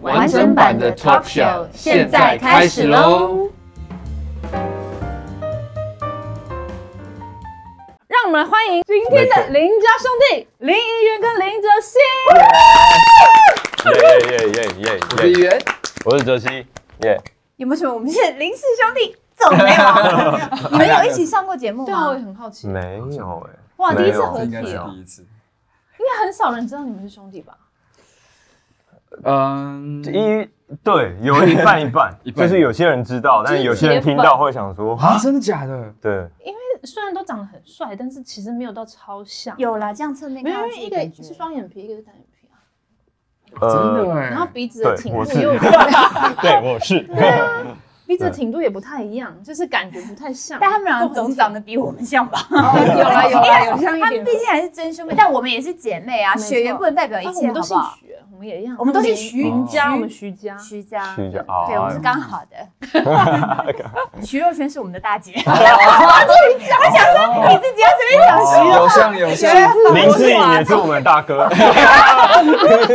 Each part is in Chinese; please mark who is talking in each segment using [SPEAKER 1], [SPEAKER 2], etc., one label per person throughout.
[SPEAKER 1] 完整版的 talk show 现在开始喽！
[SPEAKER 2] 让我们欢迎今天的林家兄弟林怡园跟林哲熙。
[SPEAKER 3] 耶耶耶耶
[SPEAKER 4] 我是
[SPEAKER 3] 耶！
[SPEAKER 4] 元，
[SPEAKER 3] 我是哲熙，耶、
[SPEAKER 2] 有没有什么？我们是林氏兄弟，这种没有？你们有一起上过节目吗？
[SPEAKER 1] 对啊，我也很好奇，因
[SPEAKER 3] 没有哎、
[SPEAKER 2] 哇，
[SPEAKER 3] 没有
[SPEAKER 2] 第一次合
[SPEAKER 4] 这应该
[SPEAKER 2] 体
[SPEAKER 4] 是
[SPEAKER 2] 哦，
[SPEAKER 4] 第一次。
[SPEAKER 1] 为很少人知道你们是兄弟吧？
[SPEAKER 4] 嗯，
[SPEAKER 3] 一对有一半一半，
[SPEAKER 4] 一半
[SPEAKER 3] 就是有些人知道，但是有些人听到会想说
[SPEAKER 4] 啊，
[SPEAKER 3] 啊，
[SPEAKER 4] 真的假的？
[SPEAKER 3] 对，
[SPEAKER 1] 虽然都长得很帅，但是其实没有到超像。
[SPEAKER 2] 有啦，这样侧面
[SPEAKER 1] 没
[SPEAKER 2] 看
[SPEAKER 1] 有，因
[SPEAKER 2] 上
[SPEAKER 1] 为
[SPEAKER 2] 去
[SPEAKER 1] 一
[SPEAKER 2] 感
[SPEAKER 1] 个
[SPEAKER 2] 觉
[SPEAKER 1] 是双眼皮，一个是单眼皮啊。
[SPEAKER 4] 真的哎，
[SPEAKER 1] 然后鼻子的挺
[SPEAKER 3] 呃对
[SPEAKER 1] 度又，
[SPEAKER 3] 我是 对，我是，
[SPEAKER 1] 鼻子的挺度也不太一样，就是感觉不太像。
[SPEAKER 2] 但他们两个总长得比我们像吧？
[SPEAKER 1] 有啦有啦，有像一
[SPEAKER 2] 他们
[SPEAKER 1] 点。
[SPEAKER 2] 毕竟还是真兄妹，但我们也是姐妹啊，
[SPEAKER 1] 没错
[SPEAKER 2] 血缘不能代表一
[SPEAKER 1] 啊我
[SPEAKER 2] 切，
[SPEAKER 1] 们
[SPEAKER 2] 好
[SPEAKER 1] 都
[SPEAKER 2] 不
[SPEAKER 1] 姓
[SPEAKER 2] 好？
[SPEAKER 1] 徐，我们也一样，
[SPEAKER 2] 我们都姓徐
[SPEAKER 1] 林家，
[SPEAKER 2] 徐
[SPEAKER 1] 我们徐家。
[SPEAKER 2] 徐家，
[SPEAKER 3] 徐家啊
[SPEAKER 2] 对，我们是刚好的。徐若瑄是我们的大姐。我想说你自己要随便讲徐
[SPEAKER 4] 哦有像有像，
[SPEAKER 3] 林志颖也是我们的大 哥，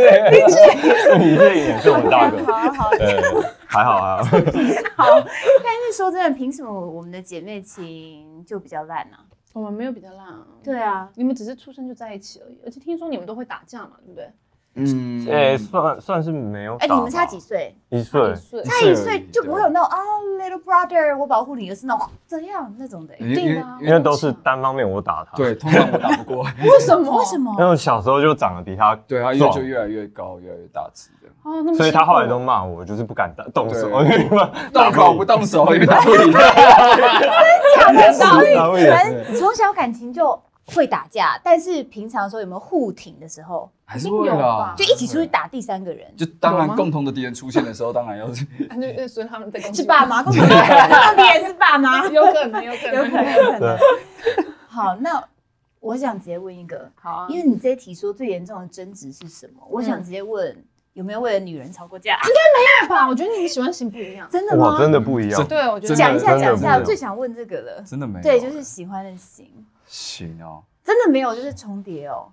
[SPEAKER 3] 林志颖也是我们的大哥，
[SPEAKER 2] 好好，
[SPEAKER 3] 对，还好啊，
[SPEAKER 2] 但是说真的，凭什么我们的姐妹情就比较烂呢、
[SPEAKER 1] 我们没有比较烂啊。
[SPEAKER 2] 对啊，
[SPEAKER 1] 你们只是出生就在一起而已，而且听说你们都会打架嘛，对不对？
[SPEAKER 4] 嗯，
[SPEAKER 3] 哎、算算是没有，
[SPEAKER 2] 哎、你们差几？岁？
[SPEAKER 3] 一岁，
[SPEAKER 1] 岁
[SPEAKER 2] 差一岁就不会有那种啊，little brother，我保护你，而是那种怎样那种的。
[SPEAKER 4] 因为
[SPEAKER 1] 定的啊
[SPEAKER 4] 因
[SPEAKER 3] 因
[SPEAKER 4] 为
[SPEAKER 3] 为都是单方面我打他，，
[SPEAKER 4] 对，通常我打不过，
[SPEAKER 1] 为什么？
[SPEAKER 2] 为什？么？
[SPEAKER 3] 因为我小时候就长得比他，
[SPEAKER 4] 对他越
[SPEAKER 3] 壮
[SPEAKER 4] 就越来越高，越来越大只的，
[SPEAKER 1] 哦，那么
[SPEAKER 3] 所以他
[SPEAKER 1] 辛苦
[SPEAKER 3] 后来都骂我，就是不敢打动手，
[SPEAKER 4] 对
[SPEAKER 3] 因为
[SPEAKER 4] 动口不动手，因为打不 赢。
[SPEAKER 3] 打打不赢，
[SPEAKER 2] 反正从小感情就会打架，但是平常的时候有没有互挺的时候，
[SPEAKER 4] 还是会啦，
[SPEAKER 2] 就一起出
[SPEAKER 4] 嗯
[SPEAKER 2] 去打第三个人？
[SPEAKER 4] 就当然共同的敌人出现的时候，当然要 是
[SPEAKER 1] 啊对对，所以他们在攻击
[SPEAKER 2] 是爸妈，共 同的敌人是爸 妈，
[SPEAKER 1] 有可能，有可
[SPEAKER 2] 有
[SPEAKER 1] 能
[SPEAKER 2] 可，能，有可能
[SPEAKER 3] 对。
[SPEAKER 2] 好，那我想直接问一个，
[SPEAKER 1] 好啊
[SPEAKER 2] 因为你这一题说最严重的争执是什么？我想直接问，有没有为了女人吵过架？
[SPEAKER 1] 爸爸，我觉得你们喜欢型不一样。
[SPEAKER 2] 真的
[SPEAKER 3] 哇，
[SPEAKER 2] 吗？
[SPEAKER 3] 真的不一样
[SPEAKER 4] 这。
[SPEAKER 1] 对，我觉得
[SPEAKER 4] 真的
[SPEAKER 2] 讲一下，
[SPEAKER 3] 真的
[SPEAKER 2] 讲一
[SPEAKER 3] 没
[SPEAKER 2] 下，
[SPEAKER 3] 有
[SPEAKER 2] 我最想问这个了。
[SPEAKER 4] 真的没有，
[SPEAKER 2] 对，就是喜欢的型，
[SPEAKER 4] 行哦，
[SPEAKER 2] 真的没有，就是重叠哦。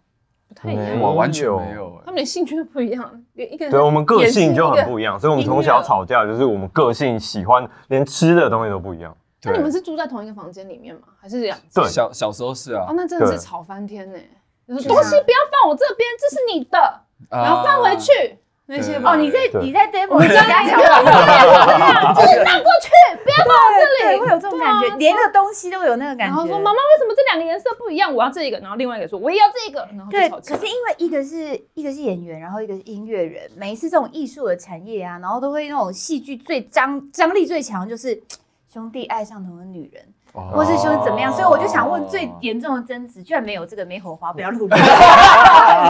[SPEAKER 1] 不太一样。
[SPEAKER 3] 嗯
[SPEAKER 4] 我完全没有
[SPEAKER 1] 他，们连兴趣都不一样，一个
[SPEAKER 3] 对我们个性就很不
[SPEAKER 1] 一样。
[SPEAKER 3] 一样，所以我们从小吵架就是我们个性喜欢，连吃的东西都不一样。
[SPEAKER 1] 那
[SPEAKER 4] 对
[SPEAKER 1] 你们是住在同一个房间里面吗？还是两？
[SPEAKER 3] 对，
[SPEAKER 4] 小小时候是啊
[SPEAKER 1] 哦，，那真的是
[SPEAKER 3] 对
[SPEAKER 1] 吵翻天呢。就是
[SPEAKER 4] 就是
[SPEAKER 1] 东西不要放我这边，这是你的，然后放回去那些吧。
[SPEAKER 4] 对
[SPEAKER 2] 哦，你在
[SPEAKER 3] 对
[SPEAKER 2] 你在
[SPEAKER 1] 啊
[SPEAKER 2] demo 加 油，
[SPEAKER 1] 就是让过去，不要放我这
[SPEAKER 2] 对，
[SPEAKER 1] 里。
[SPEAKER 2] 会有这种感
[SPEAKER 1] 对
[SPEAKER 2] 觉
[SPEAKER 1] 啊，
[SPEAKER 2] 连个东西都有那个感
[SPEAKER 1] 然
[SPEAKER 2] 觉。
[SPEAKER 1] 后说妈妈，为什么这两个颜色不一样？我要这一个，然后另外一个说我也要这个，然后就
[SPEAKER 2] 对，
[SPEAKER 1] 吵
[SPEAKER 2] 可
[SPEAKER 1] 架。
[SPEAKER 2] 是因为一个是一个是演员，然后一个是音乐人，每一次这种艺术的产业啊，然后都会那种戏剧最张张力最强就是兄弟爱上同一个女人，
[SPEAKER 4] 啊哦
[SPEAKER 2] 或是说怎么样，所以我就想问，最严重的争执居然没有这个没火花，不要录了。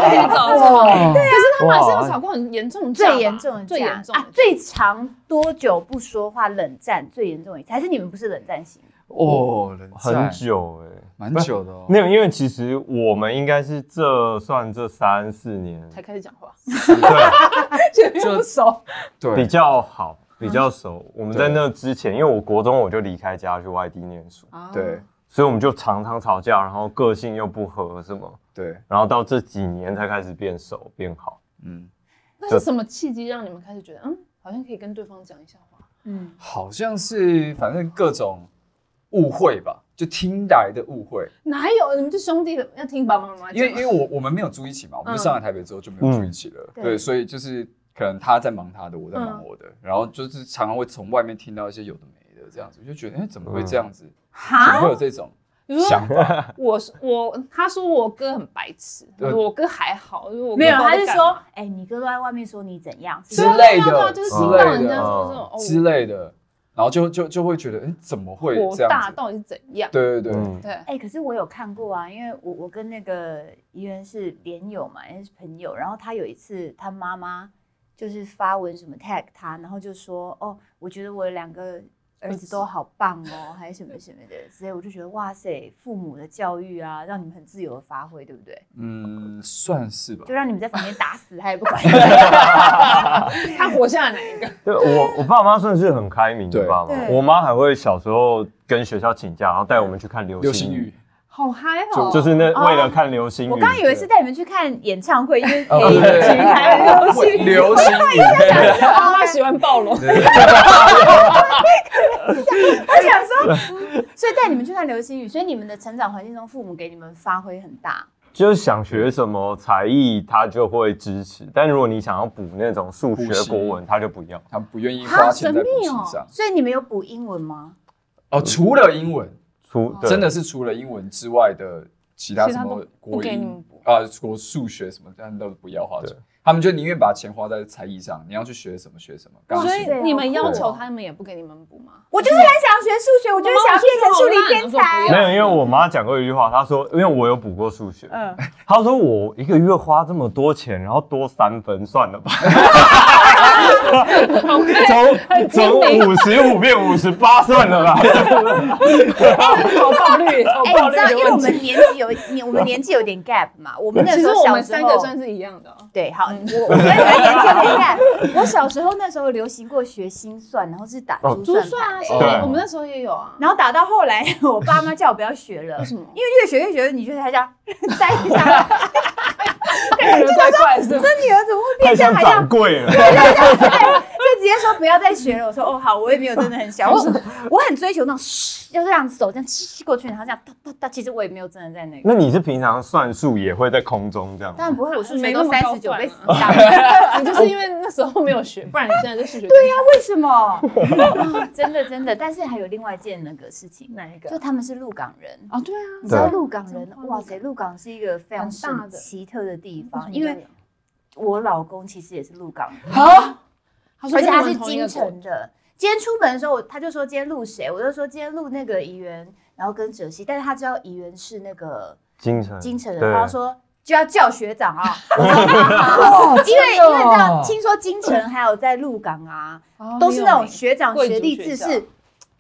[SPEAKER 1] 你走
[SPEAKER 4] 哇，
[SPEAKER 1] 他们还是有吵过很严重的架吧，
[SPEAKER 2] 最严重的
[SPEAKER 1] 最
[SPEAKER 2] 架
[SPEAKER 1] 严重的
[SPEAKER 2] 啊，最长多久不说话？冷战最严重的一次，还是你们不是冷战型？
[SPEAKER 4] 哦，人
[SPEAKER 3] 很久哎、
[SPEAKER 4] 蛮久的哦，
[SPEAKER 3] 没有，因为其实我们应该是这算这三四年
[SPEAKER 1] 才开始讲话，
[SPEAKER 3] 对
[SPEAKER 4] 嗯就
[SPEAKER 1] 熟。
[SPEAKER 4] 对
[SPEAKER 3] 比较好，比较熟。我们
[SPEAKER 4] 对
[SPEAKER 3] 在那之前，因为我国中我就离开家去外地念书，
[SPEAKER 2] 哦
[SPEAKER 4] 对
[SPEAKER 3] 所以我们就常常吵架，然后个性又不合什么，
[SPEAKER 4] 对，
[SPEAKER 3] 然后到这几年才开始变熟变好。
[SPEAKER 4] 嗯，
[SPEAKER 1] 那是什么契机让你们开始觉得，嗯，好像可以跟对方讲一下话？
[SPEAKER 2] 嗯，
[SPEAKER 4] 好像是反正各种误会吧，就听来的误会，
[SPEAKER 1] 哪有你们这兄弟的要听爸爸妈妈
[SPEAKER 4] 因为因
[SPEAKER 1] 讲？
[SPEAKER 4] 为我我们没有住一 起嘛，我们就上了台北之后就没有住一起了，
[SPEAKER 2] 嗯对
[SPEAKER 4] 对，所以就是可能他在忙他的，我在
[SPEAKER 1] 嗯
[SPEAKER 4] 忙我的，然后就是常常会从外面听到一些有的没的这样子，就觉得哎、怎么会这样子，
[SPEAKER 1] 啊
[SPEAKER 4] 怎么
[SPEAKER 2] 哈
[SPEAKER 4] 会，有这种
[SPEAKER 1] 比如说
[SPEAKER 4] 想法？
[SPEAKER 1] 我是我，他说我哥很白痴，
[SPEAKER 4] 对
[SPEAKER 1] 我哥还好，因为我哥
[SPEAKER 2] 没
[SPEAKER 1] 不
[SPEAKER 2] 有，
[SPEAKER 1] 知道
[SPEAKER 2] 他
[SPEAKER 1] 在
[SPEAKER 2] 是
[SPEAKER 1] 干
[SPEAKER 2] 说
[SPEAKER 1] 嘛，
[SPEAKER 2] 哎，你哥都在外面说你怎样，
[SPEAKER 4] 之
[SPEAKER 1] 对啊
[SPEAKER 4] 类的
[SPEAKER 1] 对啊对啊就是
[SPEAKER 4] 之
[SPEAKER 1] 听
[SPEAKER 4] 类
[SPEAKER 1] 到
[SPEAKER 4] 的哦
[SPEAKER 1] 人家说这
[SPEAKER 4] 之
[SPEAKER 1] 种
[SPEAKER 4] 类的，然后就就就会觉得哎、怎么会
[SPEAKER 1] 哦，我
[SPEAKER 4] 这
[SPEAKER 1] 大
[SPEAKER 4] 样子？
[SPEAKER 1] 到底是怎样？
[SPEAKER 4] 对对对，
[SPEAKER 3] 嗯，
[SPEAKER 1] 对，
[SPEAKER 2] 哎、可是我有看过啊，因为我我跟那个怡人是连友嘛，也是朋友。然后他有一次，他妈妈就是发文什么 tag 他，然后就说哦，我觉得我两个儿子都好棒哦，还是什么什么的，所以我就觉得哇塞，父母的教育啊，让你们很自由的发挥，对不对？
[SPEAKER 4] 嗯，算是吧
[SPEAKER 2] 就。让你们在房间打死，他也不 管。
[SPEAKER 1] 嗯
[SPEAKER 5] 他活下来哪一个？
[SPEAKER 3] 对我我爸妈算是很开明的
[SPEAKER 4] 对
[SPEAKER 3] 爸妈，
[SPEAKER 2] 对
[SPEAKER 3] 我妈还会小时候跟学校请假，然后带我们去看流
[SPEAKER 4] 流
[SPEAKER 3] 星
[SPEAKER 4] 星雨
[SPEAKER 3] 雨，，
[SPEAKER 2] 好嗨哦！
[SPEAKER 3] 就就是那为了看流星雨。
[SPEAKER 2] 我刚以为是带你们去看演唱会，因为可
[SPEAKER 4] 哦
[SPEAKER 2] 以
[SPEAKER 4] 对
[SPEAKER 2] 去看流星雨。
[SPEAKER 4] 流星 雨，
[SPEAKER 5] 他妈喜欢暴龙，
[SPEAKER 2] 我想说，所以带你们去看流星雨，所以你们的成长环境中，父母给你们发挥很大。
[SPEAKER 3] 就是想学什么才艺，他就会支持；但如果你想要补那种数
[SPEAKER 4] 补
[SPEAKER 3] 学、
[SPEAKER 4] 习
[SPEAKER 3] 国文，他就不要。
[SPEAKER 4] 他不愿意
[SPEAKER 2] 啊
[SPEAKER 4] 花
[SPEAKER 1] 啊
[SPEAKER 4] 钱在补习
[SPEAKER 1] 哦
[SPEAKER 4] 上。
[SPEAKER 2] 所以你们有补英文吗？
[SPEAKER 4] 哦，除了英文，
[SPEAKER 3] 出
[SPEAKER 2] 哦
[SPEAKER 3] 对
[SPEAKER 4] 真的是除了英文之外的其他
[SPEAKER 1] 其
[SPEAKER 4] 什
[SPEAKER 1] 他
[SPEAKER 4] 么
[SPEAKER 1] 都不
[SPEAKER 4] 国
[SPEAKER 1] 给你们
[SPEAKER 4] 英
[SPEAKER 1] 补
[SPEAKER 4] 啊、国数学什么，但都不要花钱
[SPEAKER 3] 对。
[SPEAKER 4] 他们就宁愿把钱花在才艺上，你要去学什么学什么。钢
[SPEAKER 1] 所
[SPEAKER 4] 琴
[SPEAKER 2] 啊
[SPEAKER 1] 以你们要求他们也不给你们补吗？
[SPEAKER 2] 我就是很想学数学，我就是想变成数理天
[SPEAKER 1] 我
[SPEAKER 3] 没
[SPEAKER 1] 妈
[SPEAKER 2] 才。
[SPEAKER 3] 有，因为我妈讲过一句话，她说，因为我有补过数学，
[SPEAKER 1] 嗯
[SPEAKER 3] 她说我一个月花这么多钱，然后多三分，算了吧。从从五十五变五十八，算了 吧。
[SPEAKER 5] 好暴力，好
[SPEAKER 2] 哎、
[SPEAKER 5] 暴力
[SPEAKER 2] 你知道，因为
[SPEAKER 5] 的
[SPEAKER 2] 我
[SPEAKER 5] 问题。
[SPEAKER 2] 们年纪有你，我们年纪有点 gap 嘛。我们那
[SPEAKER 1] 其
[SPEAKER 2] 时
[SPEAKER 1] 实
[SPEAKER 2] 候
[SPEAKER 1] 我
[SPEAKER 2] 小
[SPEAKER 1] 们
[SPEAKER 2] 时
[SPEAKER 1] 三
[SPEAKER 2] 候
[SPEAKER 1] 个算是一样的哦。
[SPEAKER 2] 对，好，我我跟你们年纪有点 gap。我小时候那时候流行过学心算，然后是打
[SPEAKER 3] 哦
[SPEAKER 2] 珠
[SPEAKER 1] 珠
[SPEAKER 2] 算
[SPEAKER 1] 算啊，
[SPEAKER 2] 盘
[SPEAKER 1] 是
[SPEAKER 3] 对
[SPEAKER 1] 我们那时候也有啊。
[SPEAKER 2] 然后打到后来， 我爸妈叫我不要学了，为
[SPEAKER 1] 什么
[SPEAKER 2] 因为越学越觉得你就是还这 样栽一下，
[SPEAKER 5] 感觉怪怪是吧？
[SPEAKER 2] 这女儿怎么会
[SPEAKER 3] 太
[SPEAKER 2] 变这
[SPEAKER 3] 像
[SPEAKER 2] 样？还这样
[SPEAKER 3] 掌柜了。
[SPEAKER 2] 就直接说不要再学了。我说哦好，我也没有真的很想，我我很追求那种嘘，要这样手这样吸过去，然后这样哒哒哒。其实我也没有真的在那个，
[SPEAKER 3] 那你是平常算数也会在空中这样吗？
[SPEAKER 2] 当然不会，我数学
[SPEAKER 1] 没
[SPEAKER 2] 都
[SPEAKER 1] 那么
[SPEAKER 2] 三
[SPEAKER 1] 高
[SPEAKER 2] 十九
[SPEAKER 1] 段
[SPEAKER 2] 被
[SPEAKER 1] 啊
[SPEAKER 2] 死当 了。
[SPEAKER 1] 你就是因为那时候没有学，不然你现在就数学对呀。
[SPEAKER 2] 为什么？啊 真的真的，但是还有另外一件那个事情，
[SPEAKER 1] 哪一
[SPEAKER 2] 就？他们是鹿港人。
[SPEAKER 1] 啊，对啊，
[SPEAKER 2] 你知道
[SPEAKER 3] 对
[SPEAKER 2] 鹿港人
[SPEAKER 1] 彰化，鹿
[SPEAKER 2] 哇
[SPEAKER 1] 港
[SPEAKER 2] 塞，鹿港是一个非常
[SPEAKER 1] 很大
[SPEAKER 2] 神
[SPEAKER 1] 的
[SPEAKER 2] 奇特的地
[SPEAKER 1] 什
[SPEAKER 2] 方，
[SPEAKER 1] 么
[SPEAKER 2] 因
[SPEAKER 1] 都
[SPEAKER 2] 为
[SPEAKER 1] 有
[SPEAKER 2] 我老公其实也是鹿港人。
[SPEAKER 1] 他
[SPEAKER 2] 而
[SPEAKER 1] 跟
[SPEAKER 2] 且
[SPEAKER 1] 我
[SPEAKER 2] 他
[SPEAKER 1] 们
[SPEAKER 2] 是
[SPEAKER 1] 同一
[SPEAKER 2] 京
[SPEAKER 1] 个国
[SPEAKER 2] 城的。今天出门的时候，我他就说今天录谁，我就说今天录那个怡园，然后跟哲熙，但是他知道怡园是那个
[SPEAKER 3] 京
[SPEAKER 4] 嗯
[SPEAKER 3] 城，
[SPEAKER 2] 京
[SPEAKER 1] 啊
[SPEAKER 2] 城人，
[SPEAKER 3] 对
[SPEAKER 2] 他就说就要叫学长啊， 我 说好
[SPEAKER 1] 哦
[SPEAKER 2] 因为因为你知道，听说京城还有在鹿港啊，
[SPEAKER 1] 哦
[SPEAKER 2] 都是
[SPEAKER 1] 很
[SPEAKER 2] 那
[SPEAKER 1] 有
[SPEAKER 2] 种
[SPEAKER 1] 名
[SPEAKER 2] 学长
[SPEAKER 1] 贵族
[SPEAKER 2] 学弟
[SPEAKER 1] 学
[SPEAKER 2] 制
[SPEAKER 1] 校
[SPEAKER 2] 是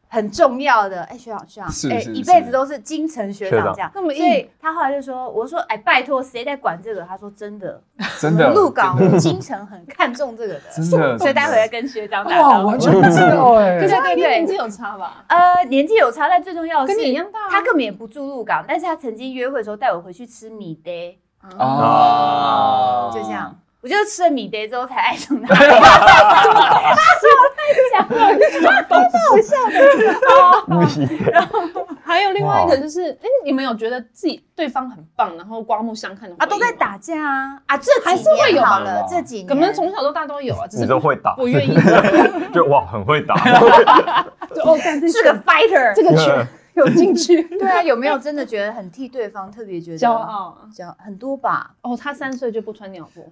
[SPEAKER 2] 很重要的。哎，学长学长，
[SPEAKER 4] 是
[SPEAKER 2] 哎，
[SPEAKER 4] 是
[SPEAKER 2] 一
[SPEAKER 4] 是
[SPEAKER 2] 辈子都是京城学
[SPEAKER 3] 学
[SPEAKER 2] 长
[SPEAKER 3] 长
[SPEAKER 2] 这样，
[SPEAKER 1] 那么硬
[SPEAKER 2] 所以他后来就说，我说哎，拜托谁在管这个？他说真的，
[SPEAKER 4] 真的
[SPEAKER 2] 鹿港京城很看重这个 的，
[SPEAKER 4] 真的，
[SPEAKER 2] 所以待会再跟学长打
[SPEAKER 4] 哇，
[SPEAKER 2] 招呼
[SPEAKER 4] 完。全不知 道哎、
[SPEAKER 2] 对对
[SPEAKER 1] 跟你
[SPEAKER 2] 对
[SPEAKER 1] 年纪有差吧？
[SPEAKER 2] 呃，年纪有差，但最重要的是
[SPEAKER 1] 跟你一样大啊
[SPEAKER 2] 他根本也不住鹿港，但是他曾经约会的时候带我回去吃米爹，
[SPEAKER 1] 哦
[SPEAKER 4] 啊，
[SPEAKER 2] 就这样。我就是吃了米爹之后才爱上 他，哈哈哈哈
[SPEAKER 1] 哦 还有另外一个就是，哎，你们有觉得自己对方很棒，然后刮目相看的
[SPEAKER 2] 啊，都在
[SPEAKER 1] 打，
[SPEAKER 2] 打架啊啊，这
[SPEAKER 1] 还
[SPEAKER 2] 几
[SPEAKER 1] 是会
[SPEAKER 2] 年
[SPEAKER 1] 有
[SPEAKER 2] 好
[SPEAKER 1] 吧
[SPEAKER 2] 了，这几年
[SPEAKER 1] 可能从小到大都有啊，只
[SPEAKER 3] 你
[SPEAKER 1] 是
[SPEAKER 3] 都会打，
[SPEAKER 1] 不愿意
[SPEAKER 3] 就哇，很会打。
[SPEAKER 1] 就哦，干这
[SPEAKER 2] 是个 fighter，
[SPEAKER 1] 这个 圈有进去，
[SPEAKER 2] 对啊，有没有真的觉得很替对方特别觉得
[SPEAKER 1] 骄？傲啊。
[SPEAKER 2] 骄傲很多吧，
[SPEAKER 1] 哦，他三岁就不穿尿布，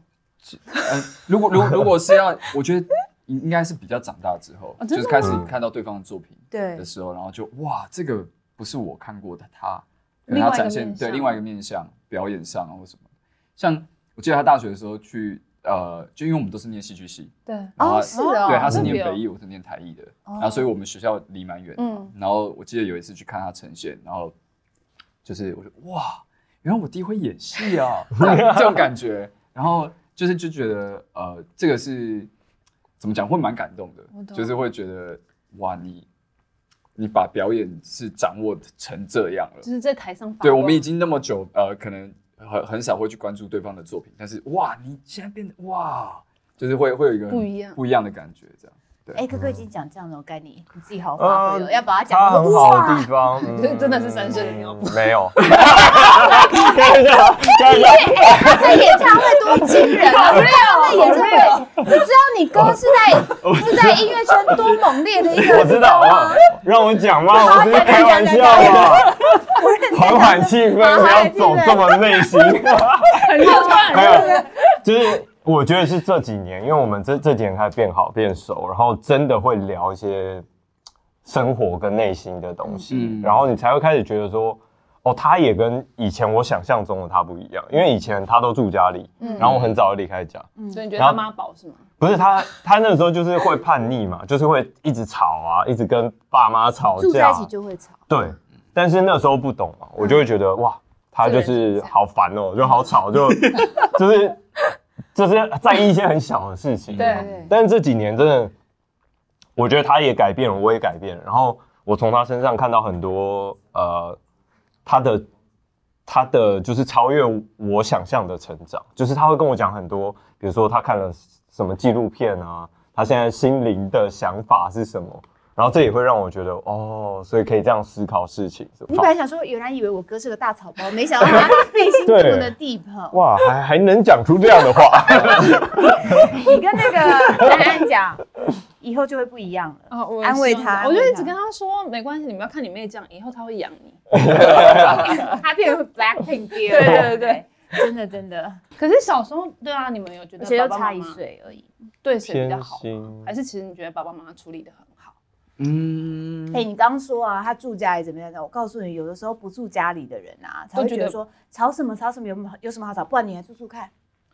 [SPEAKER 4] 嗯，如果如如果是要，我觉得应应该是比较长大之后，
[SPEAKER 1] 哦真的
[SPEAKER 4] 就
[SPEAKER 1] 吗
[SPEAKER 4] 是开始看到对方的作品
[SPEAKER 2] 对
[SPEAKER 4] 的，时候，然后就哇，这个不是我看过的他，跟
[SPEAKER 1] 另
[SPEAKER 4] 他
[SPEAKER 1] 外一个
[SPEAKER 4] 展现
[SPEAKER 1] 面
[SPEAKER 4] 对
[SPEAKER 1] 向
[SPEAKER 4] 另外一个面向，表演上啊或什么。像我记得他大学的时候去呃，就因为我们都是念戏剧系，
[SPEAKER 1] 对，
[SPEAKER 4] 然后
[SPEAKER 2] 哦是哦
[SPEAKER 4] 对，他是
[SPEAKER 1] 特
[SPEAKER 4] 念
[SPEAKER 1] 别哦哦
[SPEAKER 4] 北艺，我是念台艺的，然后所以我们学校离蛮远的嘛。
[SPEAKER 1] 嗯
[SPEAKER 4] 然后我记得有一次去看他呈现，然后就是我就哇，原来我弟会演戏啊， 这种感觉。然后就是就觉得呃，这个是怎么讲，会蛮感动
[SPEAKER 1] 我
[SPEAKER 4] 的，
[SPEAKER 1] 懂
[SPEAKER 4] 就是会觉得哇，你你把表演是掌握成这样了
[SPEAKER 1] 就。是在台上发
[SPEAKER 4] 对，
[SPEAKER 1] 光
[SPEAKER 4] 我们已经那么久，呃，可能很很少会去关注对方的作品，但是哇，你现在变得哇，就是会会有一个
[SPEAKER 1] 不一样
[SPEAKER 4] 不一样的感觉，这样。
[SPEAKER 2] 哎，哥哥已经讲这样了，该你你自己好好发挥了，哦
[SPEAKER 4] 呃
[SPEAKER 3] 嗯
[SPEAKER 2] 要把它
[SPEAKER 3] 他
[SPEAKER 2] 讲得
[SPEAKER 3] 很好的地方，
[SPEAKER 1] 就是 真的是三岁的尿
[SPEAKER 3] 布，没有。
[SPEAKER 2] 这演唱会多惊 人啊！对啊，这演唱会，你知道你哥是在是在音乐圈多猛烈的一个，
[SPEAKER 3] 我知道
[SPEAKER 2] 你
[SPEAKER 3] 啊
[SPEAKER 2] 吗？，
[SPEAKER 3] 让我讲嘛，我只是开玩笑嘛， 缓缓气氛，不要走这么内心。 还有就是，我觉得是这几年，因为我们这这几年开始变好变熟，然后真的会聊一些生活跟内心的东西，
[SPEAKER 4] 嗯
[SPEAKER 3] 然后你才会开始觉得说，哦，他也跟以前我想象中的他不一样，因为以前他都住家里，然后我很早就离开家，
[SPEAKER 1] 嗯所以你觉得他妈宝是吗？
[SPEAKER 3] 不是他，他那时候就是会叛逆嘛，就是会一直吵啊，一直跟爸妈吵
[SPEAKER 2] 住在
[SPEAKER 3] 架
[SPEAKER 2] 一，起就会吵。
[SPEAKER 3] 对。但是那时候不懂嘛，我就会觉得哇，他就是好烦哦，就好吵，就 就是就是在意一些很小的事情。
[SPEAKER 1] 对
[SPEAKER 2] 对，
[SPEAKER 3] 但是这几年真的，我觉得他也改变了，我也改变了。然后我从他身上看到很多呃，他的他的就是超越我想象的成长，就是他会跟我讲很多，比如说他看了什么纪录片啊，他现在心灵的想法是什么。然后这也会让我觉得哦，所以可以这样思考事情。是吧
[SPEAKER 2] 你本来想说，原来以为我哥是个大草包，没想到他内心这么的 deep 哦。
[SPEAKER 3] 哇，还还能讲出这样的话，
[SPEAKER 2] 你跟那 个安安讲，以后就会不一样了。
[SPEAKER 1] 哦，我
[SPEAKER 2] 安慰他
[SPEAKER 1] 我就
[SPEAKER 2] 安慰
[SPEAKER 1] 一
[SPEAKER 2] 他
[SPEAKER 1] 直跟他说没关系，你们要看你妹这样，以后她会养 你。
[SPEAKER 2] 他变成 Blackpink 对
[SPEAKER 1] 对对对，
[SPEAKER 2] 真的真的，
[SPEAKER 1] 可是小时候，对啊，你们有觉得
[SPEAKER 2] 而且又
[SPEAKER 1] 爸爸妈
[SPEAKER 2] 差一
[SPEAKER 1] 妈
[SPEAKER 2] 岁而已。
[SPEAKER 1] 对谁比较好
[SPEAKER 3] 偏
[SPEAKER 1] 吗
[SPEAKER 3] 心？
[SPEAKER 1] 还是其实你觉得爸爸妈妈处理的很好？
[SPEAKER 4] 嗯
[SPEAKER 2] 哎，你刚说啊，他住家里怎么样？我告诉你，有的时候不住家里的人啊，才会觉得说吵什么吵什么，有什么有什么好吵？不然你来住住看，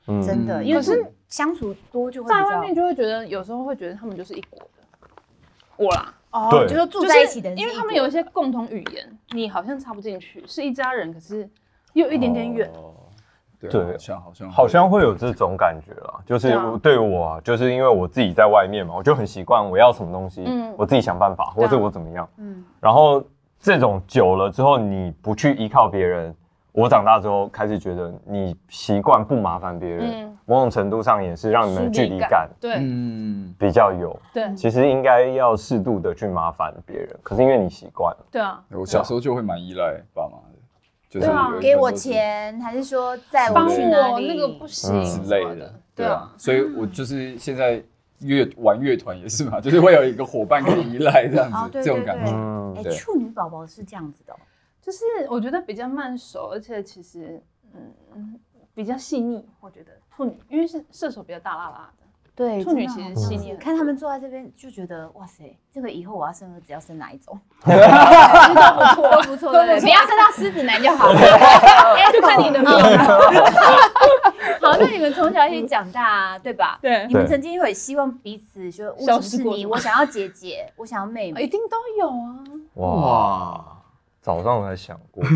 [SPEAKER 3] 嗯
[SPEAKER 2] 真的，
[SPEAKER 4] 嗯
[SPEAKER 2] 因为
[SPEAKER 1] 可是
[SPEAKER 2] 住相处多就会
[SPEAKER 1] 在
[SPEAKER 2] 比
[SPEAKER 1] 外面
[SPEAKER 2] 较
[SPEAKER 1] 就会觉得，有时候会觉得他们就是一国的。我啦，
[SPEAKER 2] 哦，
[SPEAKER 3] 对
[SPEAKER 2] 就说
[SPEAKER 1] 就
[SPEAKER 2] 住
[SPEAKER 1] 是
[SPEAKER 2] 在一起的人是
[SPEAKER 1] 因为
[SPEAKER 2] 异
[SPEAKER 1] 他们
[SPEAKER 2] 国
[SPEAKER 1] 有一些共同语言，你好像插不进去，是一家人，可是又有一点点远。
[SPEAKER 4] 哦对啊，
[SPEAKER 3] 对
[SPEAKER 4] 好像好像
[SPEAKER 3] 好像会有这种感觉啦。就是
[SPEAKER 1] 对啊
[SPEAKER 3] 对我、啊，就是因为我自己在外面嘛，我就很习惯我要什么东西，
[SPEAKER 1] 嗯
[SPEAKER 3] 我自己想办法，或
[SPEAKER 1] 啊
[SPEAKER 3] 者我怎么样。
[SPEAKER 2] 嗯
[SPEAKER 3] 然后这种久了之后，你不去依靠别人，我长大之后开始觉得你习惯不麻烦别人，
[SPEAKER 1] 嗯
[SPEAKER 3] 某种程度上也是让你们的距离感
[SPEAKER 1] 对
[SPEAKER 4] 嗯，
[SPEAKER 3] 比较有。
[SPEAKER 1] 对
[SPEAKER 3] 其实应该要适度的去麻烦别人，可是因为你习惯了，
[SPEAKER 1] 对啊，
[SPEAKER 4] 我小时候就会蛮依赖爸妈的，就是
[SPEAKER 1] 对啊
[SPEAKER 4] 有一份
[SPEAKER 2] 给我
[SPEAKER 4] 都是
[SPEAKER 2] 钱，还是说载
[SPEAKER 4] 帮
[SPEAKER 1] 帮
[SPEAKER 2] 我去
[SPEAKER 4] 我
[SPEAKER 2] 哪
[SPEAKER 1] 我
[SPEAKER 2] 里？
[SPEAKER 1] 那个不行
[SPEAKER 3] 嗯
[SPEAKER 4] 之
[SPEAKER 1] 什
[SPEAKER 4] 类
[SPEAKER 1] 么
[SPEAKER 4] 的，
[SPEAKER 1] 对
[SPEAKER 4] 对
[SPEAKER 1] 啊
[SPEAKER 4] 啊，，所以我就是现在乐玩乐团也是嘛， 就是会有一个伙伴可以依赖这样
[SPEAKER 2] 哦
[SPEAKER 4] 子，
[SPEAKER 2] 对
[SPEAKER 4] 这种感
[SPEAKER 2] 对
[SPEAKER 4] 觉。
[SPEAKER 3] 嗯
[SPEAKER 2] 哎，
[SPEAKER 4] 对
[SPEAKER 2] 处女宝宝是这样子的哦，
[SPEAKER 1] 就是我觉得比较慢熟，而且其实嗯比较细腻，我觉得处女，因为是射手比较大啦啦的，
[SPEAKER 2] 对
[SPEAKER 1] 处女
[SPEAKER 2] 真的
[SPEAKER 1] 其实
[SPEAKER 2] 好像
[SPEAKER 1] 细腻
[SPEAKER 2] 是
[SPEAKER 1] 很
[SPEAKER 2] 看他们坐在这边就觉得哇塞，这个以后我要生儿子要生哪一种？
[SPEAKER 1] 不错，
[SPEAKER 2] 不错，对， 不要生到狮子男就好了。哎，就看你的命。 好，那你们从小一起长大啊，对吧？
[SPEAKER 1] 对
[SPEAKER 2] 你们曾经会希望彼此说，为什么是
[SPEAKER 1] 消失过
[SPEAKER 2] 你？
[SPEAKER 1] 吗
[SPEAKER 2] 我想要姐姐，我想要妹
[SPEAKER 1] 一
[SPEAKER 2] 妹。
[SPEAKER 1] 定都有啊。
[SPEAKER 3] 哇，
[SPEAKER 4] 哇，
[SPEAKER 3] 早上才想过，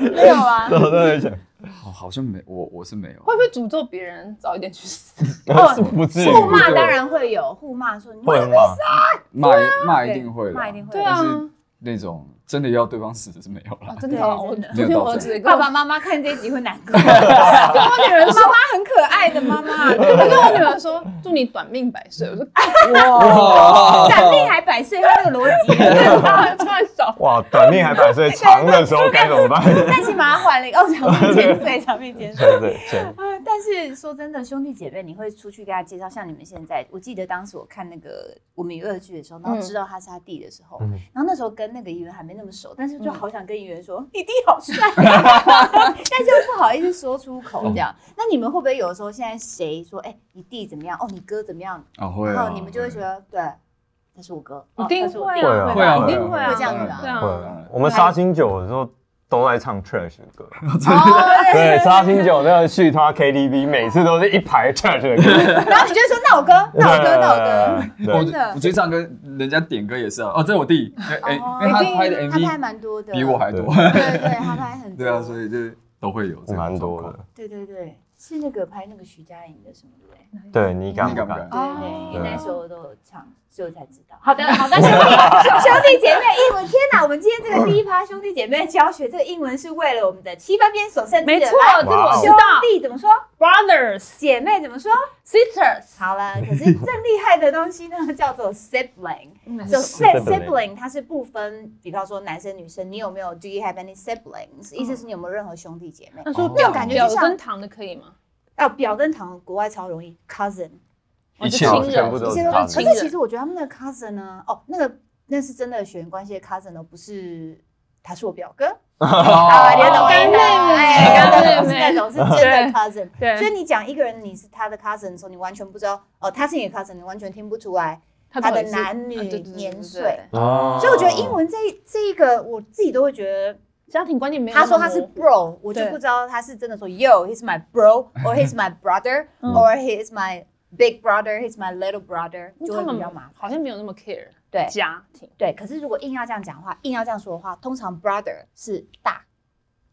[SPEAKER 2] 没有啊，
[SPEAKER 3] 早上才想，
[SPEAKER 4] 好好像没我我是没有，
[SPEAKER 1] 会不会诅咒别人早一点去 死？
[SPEAKER 3] 但是不至于
[SPEAKER 2] 互骂当然会有，互骂说你
[SPEAKER 3] 会
[SPEAKER 2] 们
[SPEAKER 3] 骂，
[SPEAKER 4] 骂骂一定会啦
[SPEAKER 2] 啊骂一定会
[SPEAKER 1] 对啊
[SPEAKER 4] 但是那种真的要对方死是没有
[SPEAKER 1] 啊
[SPEAKER 4] 了，，
[SPEAKER 1] 真的啊，我
[SPEAKER 2] 对真的
[SPEAKER 1] 昨天我儿子也跟
[SPEAKER 2] 爸
[SPEAKER 1] 我
[SPEAKER 2] 爸妈妈看这一集会难 过。我女儿妈妈很可爱的妈妈，
[SPEAKER 1] 我跟我女儿说，祝你短命百岁。我说，
[SPEAKER 2] 短命还百岁，她那个逻 辑。
[SPEAKER 1] 突然少，
[SPEAKER 3] 哇，短命还百岁，长的时候该怎么办？
[SPEAKER 2] 但起码缓了一个哦，长命千岁，长命千岁。
[SPEAKER 3] 对对对，
[SPEAKER 2] 啊但是说真的，兄弟姐妹，你会出去给他介绍，像你们现在，我记得当时我看那个我们娱乐剧的时候，
[SPEAKER 4] 嗯
[SPEAKER 2] 然后知道他是他弟的时候，
[SPEAKER 3] 嗯
[SPEAKER 2] 然后那时候跟那个议员还没那么熟，但是
[SPEAKER 4] 嗯
[SPEAKER 2] 就好想跟议员说、你弟好帅，啊 但是又不好意思说出口
[SPEAKER 4] 嗯
[SPEAKER 2] 这样。那你们会不会有时候现在谁说哎、你弟怎么样？哦你哥怎么样？
[SPEAKER 4] 啊会
[SPEAKER 2] 然
[SPEAKER 4] 啊，
[SPEAKER 2] 后哦你们就会觉得对，他是我哥，
[SPEAKER 1] 一
[SPEAKER 2] 哦
[SPEAKER 1] 定
[SPEAKER 2] 他是我
[SPEAKER 1] 会
[SPEAKER 2] 弟
[SPEAKER 3] 啊
[SPEAKER 1] 啊，
[SPEAKER 3] 会啊
[SPEAKER 1] 一定会啊，
[SPEAKER 2] 会这样子啊
[SPEAKER 1] 对
[SPEAKER 3] 会
[SPEAKER 1] 啊。
[SPEAKER 3] 啊我们杀青酒的时候都在唱 trash 的歌，
[SPEAKER 2] 哦
[SPEAKER 3] 对，杀青酒那个续他 KTV 每次都是一排 trash 的歌，
[SPEAKER 4] 啊
[SPEAKER 2] 然后你就会说那我哥，那我哥，那我哥。
[SPEAKER 3] 对
[SPEAKER 4] 我
[SPEAKER 3] 对
[SPEAKER 2] 真的
[SPEAKER 4] 我觉得唱歌人家点歌也是啊， 어,哦，这是我弟，哎哎，
[SPEAKER 2] 哦
[SPEAKER 4] 因为他
[SPEAKER 2] 어，一定
[SPEAKER 4] 拍的
[SPEAKER 2] 他拍
[SPEAKER 4] MV
[SPEAKER 2] 蛮多的，
[SPEAKER 4] 比我还多，
[SPEAKER 2] 对对，他拍很多。
[SPEAKER 4] 对啊，所以就是都会有
[SPEAKER 3] 对，
[SPEAKER 4] 这种
[SPEAKER 3] 蛮
[SPEAKER 4] 状
[SPEAKER 3] 多
[SPEAKER 4] 况
[SPEAKER 3] 的。
[SPEAKER 2] 对对对，是那个拍那个徐佳莹的什么对不对？
[SPEAKER 3] 对你敢
[SPEAKER 4] 你
[SPEAKER 3] 不
[SPEAKER 4] 敢不
[SPEAKER 3] 敢
[SPEAKER 4] 敢？
[SPEAKER 1] 哦
[SPEAKER 2] 对对，因为
[SPEAKER 3] 对
[SPEAKER 2] 那时候我都有唱，所以我才知道。好的，好的，兄
[SPEAKER 1] 哦
[SPEAKER 2] 弟兄弟姐妹，英文天哪！我们今天这个第一趴兄弟姐妹教学，这个英文是为了我们的七分边所剩 之
[SPEAKER 1] 没错，
[SPEAKER 2] 来
[SPEAKER 1] 这个我知
[SPEAKER 2] 兄
[SPEAKER 1] 道。
[SPEAKER 2] 弟怎么说？
[SPEAKER 1] 哦 Brothers,
[SPEAKER 2] 姐妹怎么说？
[SPEAKER 1] sisters，
[SPEAKER 2] 好了，可是更厉害的东西呢，叫做 sibling。So
[SPEAKER 1] 嗯哦
[SPEAKER 2] si- sibling 它是不分，比方说男生女生，你有没有？Do you have any siblings？意思是你有没有任何兄弟姐妹？
[SPEAKER 1] 那说
[SPEAKER 4] 哦
[SPEAKER 1] 表
[SPEAKER 2] 感觉
[SPEAKER 1] 表
[SPEAKER 2] 就像
[SPEAKER 1] 跟糖的可以吗？
[SPEAKER 2] 啊，表跟堂国外超容易，cousin，
[SPEAKER 1] 我
[SPEAKER 4] 一
[SPEAKER 1] 是
[SPEAKER 4] 切
[SPEAKER 1] 哦亲
[SPEAKER 3] 都
[SPEAKER 1] 人，
[SPEAKER 3] 全部都
[SPEAKER 2] 一
[SPEAKER 3] 是
[SPEAKER 2] 切都
[SPEAKER 3] 他
[SPEAKER 2] 跟
[SPEAKER 3] 们
[SPEAKER 2] 可
[SPEAKER 1] 亲
[SPEAKER 2] 是其
[SPEAKER 1] 人
[SPEAKER 2] 实我觉得他们的 cousin 呢，哦，那个那是真的血缘关系的 cousin 哦，不是他是我表哥
[SPEAKER 3] 哦
[SPEAKER 2] 啊，你也懂我
[SPEAKER 1] 干
[SPEAKER 2] 意思
[SPEAKER 1] 妹妹
[SPEAKER 2] 哎干妹妹
[SPEAKER 1] 干妹妹
[SPEAKER 2] 那种是真的 cousin。
[SPEAKER 1] 对
[SPEAKER 2] 所以你讲一个人你是他的 cousin 的时候，你完全不知道哦，他是你的 cousin，你完全听不出来
[SPEAKER 1] 他
[SPEAKER 2] 他
[SPEAKER 1] 到
[SPEAKER 2] 的
[SPEAKER 1] 底是
[SPEAKER 2] 男女
[SPEAKER 1] 啊对对对对
[SPEAKER 2] 年
[SPEAKER 1] 对
[SPEAKER 2] 岁
[SPEAKER 1] 对
[SPEAKER 3] 哦
[SPEAKER 2] 所以我觉得英文这一这一个，我自己都会觉得，
[SPEAKER 1] 家庭观念没有那么
[SPEAKER 2] 他说
[SPEAKER 1] 多。
[SPEAKER 2] 他是 bro，我就
[SPEAKER 1] 对
[SPEAKER 2] 不知道他是真的说 yo，he's my bro，or he's my
[SPEAKER 1] 嗯
[SPEAKER 2] brother，or he's my big brother，he's my little brother，
[SPEAKER 1] 因
[SPEAKER 2] 就
[SPEAKER 1] 为他
[SPEAKER 2] 会
[SPEAKER 1] 们
[SPEAKER 2] 比较麻烦。
[SPEAKER 1] 好像没有那么 care
[SPEAKER 2] 对
[SPEAKER 1] 家庭。
[SPEAKER 2] 对，可是如果硬要这样讲话，硬要这样说的话，通常 brother 是大，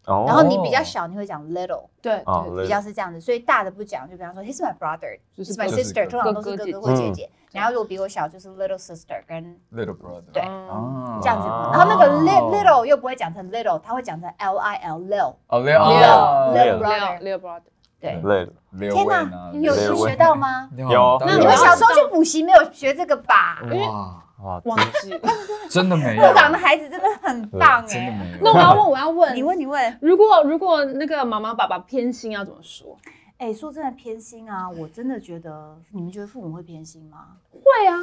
[SPEAKER 3] 哦
[SPEAKER 2] 然后你比较小，你会讲 little，
[SPEAKER 1] 对
[SPEAKER 3] 哦
[SPEAKER 1] 对
[SPEAKER 3] 对
[SPEAKER 2] 比较是这样子，所以大的不讲，就比方说 he's my brother，he's
[SPEAKER 1] 就是
[SPEAKER 2] my
[SPEAKER 4] 就是
[SPEAKER 2] sister，通常都是
[SPEAKER 1] 哥
[SPEAKER 2] 哥
[SPEAKER 1] 哥
[SPEAKER 2] 哥或
[SPEAKER 3] 姐姐
[SPEAKER 2] 姐姐。然后如果比我小，就是 little sister 跟
[SPEAKER 4] little brother，
[SPEAKER 2] 对
[SPEAKER 4] 啊
[SPEAKER 2] 这样子。
[SPEAKER 3] 哦
[SPEAKER 2] 然后那个 li- little 又不会讲成 little，他会讲成 l i l little
[SPEAKER 4] 哦
[SPEAKER 2] little
[SPEAKER 3] Lil-
[SPEAKER 2] little
[SPEAKER 4] ，little
[SPEAKER 1] 六
[SPEAKER 2] brother。
[SPEAKER 1] 六 brother，
[SPEAKER 2] 对，
[SPEAKER 3] 累了，
[SPEAKER 4] Lil
[SPEAKER 2] 天
[SPEAKER 4] Wayne
[SPEAKER 2] 哪
[SPEAKER 4] 啊，，
[SPEAKER 2] 你有
[SPEAKER 3] 对
[SPEAKER 2] 你
[SPEAKER 4] Lil
[SPEAKER 2] 学
[SPEAKER 4] Wayne
[SPEAKER 2] 到吗？
[SPEAKER 3] 有
[SPEAKER 4] 当
[SPEAKER 3] 那
[SPEAKER 4] 然
[SPEAKER 2] 你
[SPEAKER 3] 有
[SPEAKER 2] 们
[SPEAKER 3] 啊
[SPEAKER 2] 小时候去补习没有学这个吧？
[SPEAKER 4] 哇，
[SPEAKER 3] 哇，
[SPEAKER 1] 忘记了。
[SPEAKER 4] 真的没有，
[SPEAKER 2] 布朗的孩子真的很棒
[SPEAKER 4] 真
[SPEAKER 2] 哎。
[SPEAKER 4] 的没有。
[SPEAKER 1] 那我要问，我要问，
[SPEAKER 2] 你问你问，
[SPEAKER 1] 如果如果那个妈妈爸爸偏心要怎么说？
[SPEAKER 2] 哎，说真的偏心啊，我真的觉得你们觉得父母会偏心吗？
[SPEAKER 1] 会啊，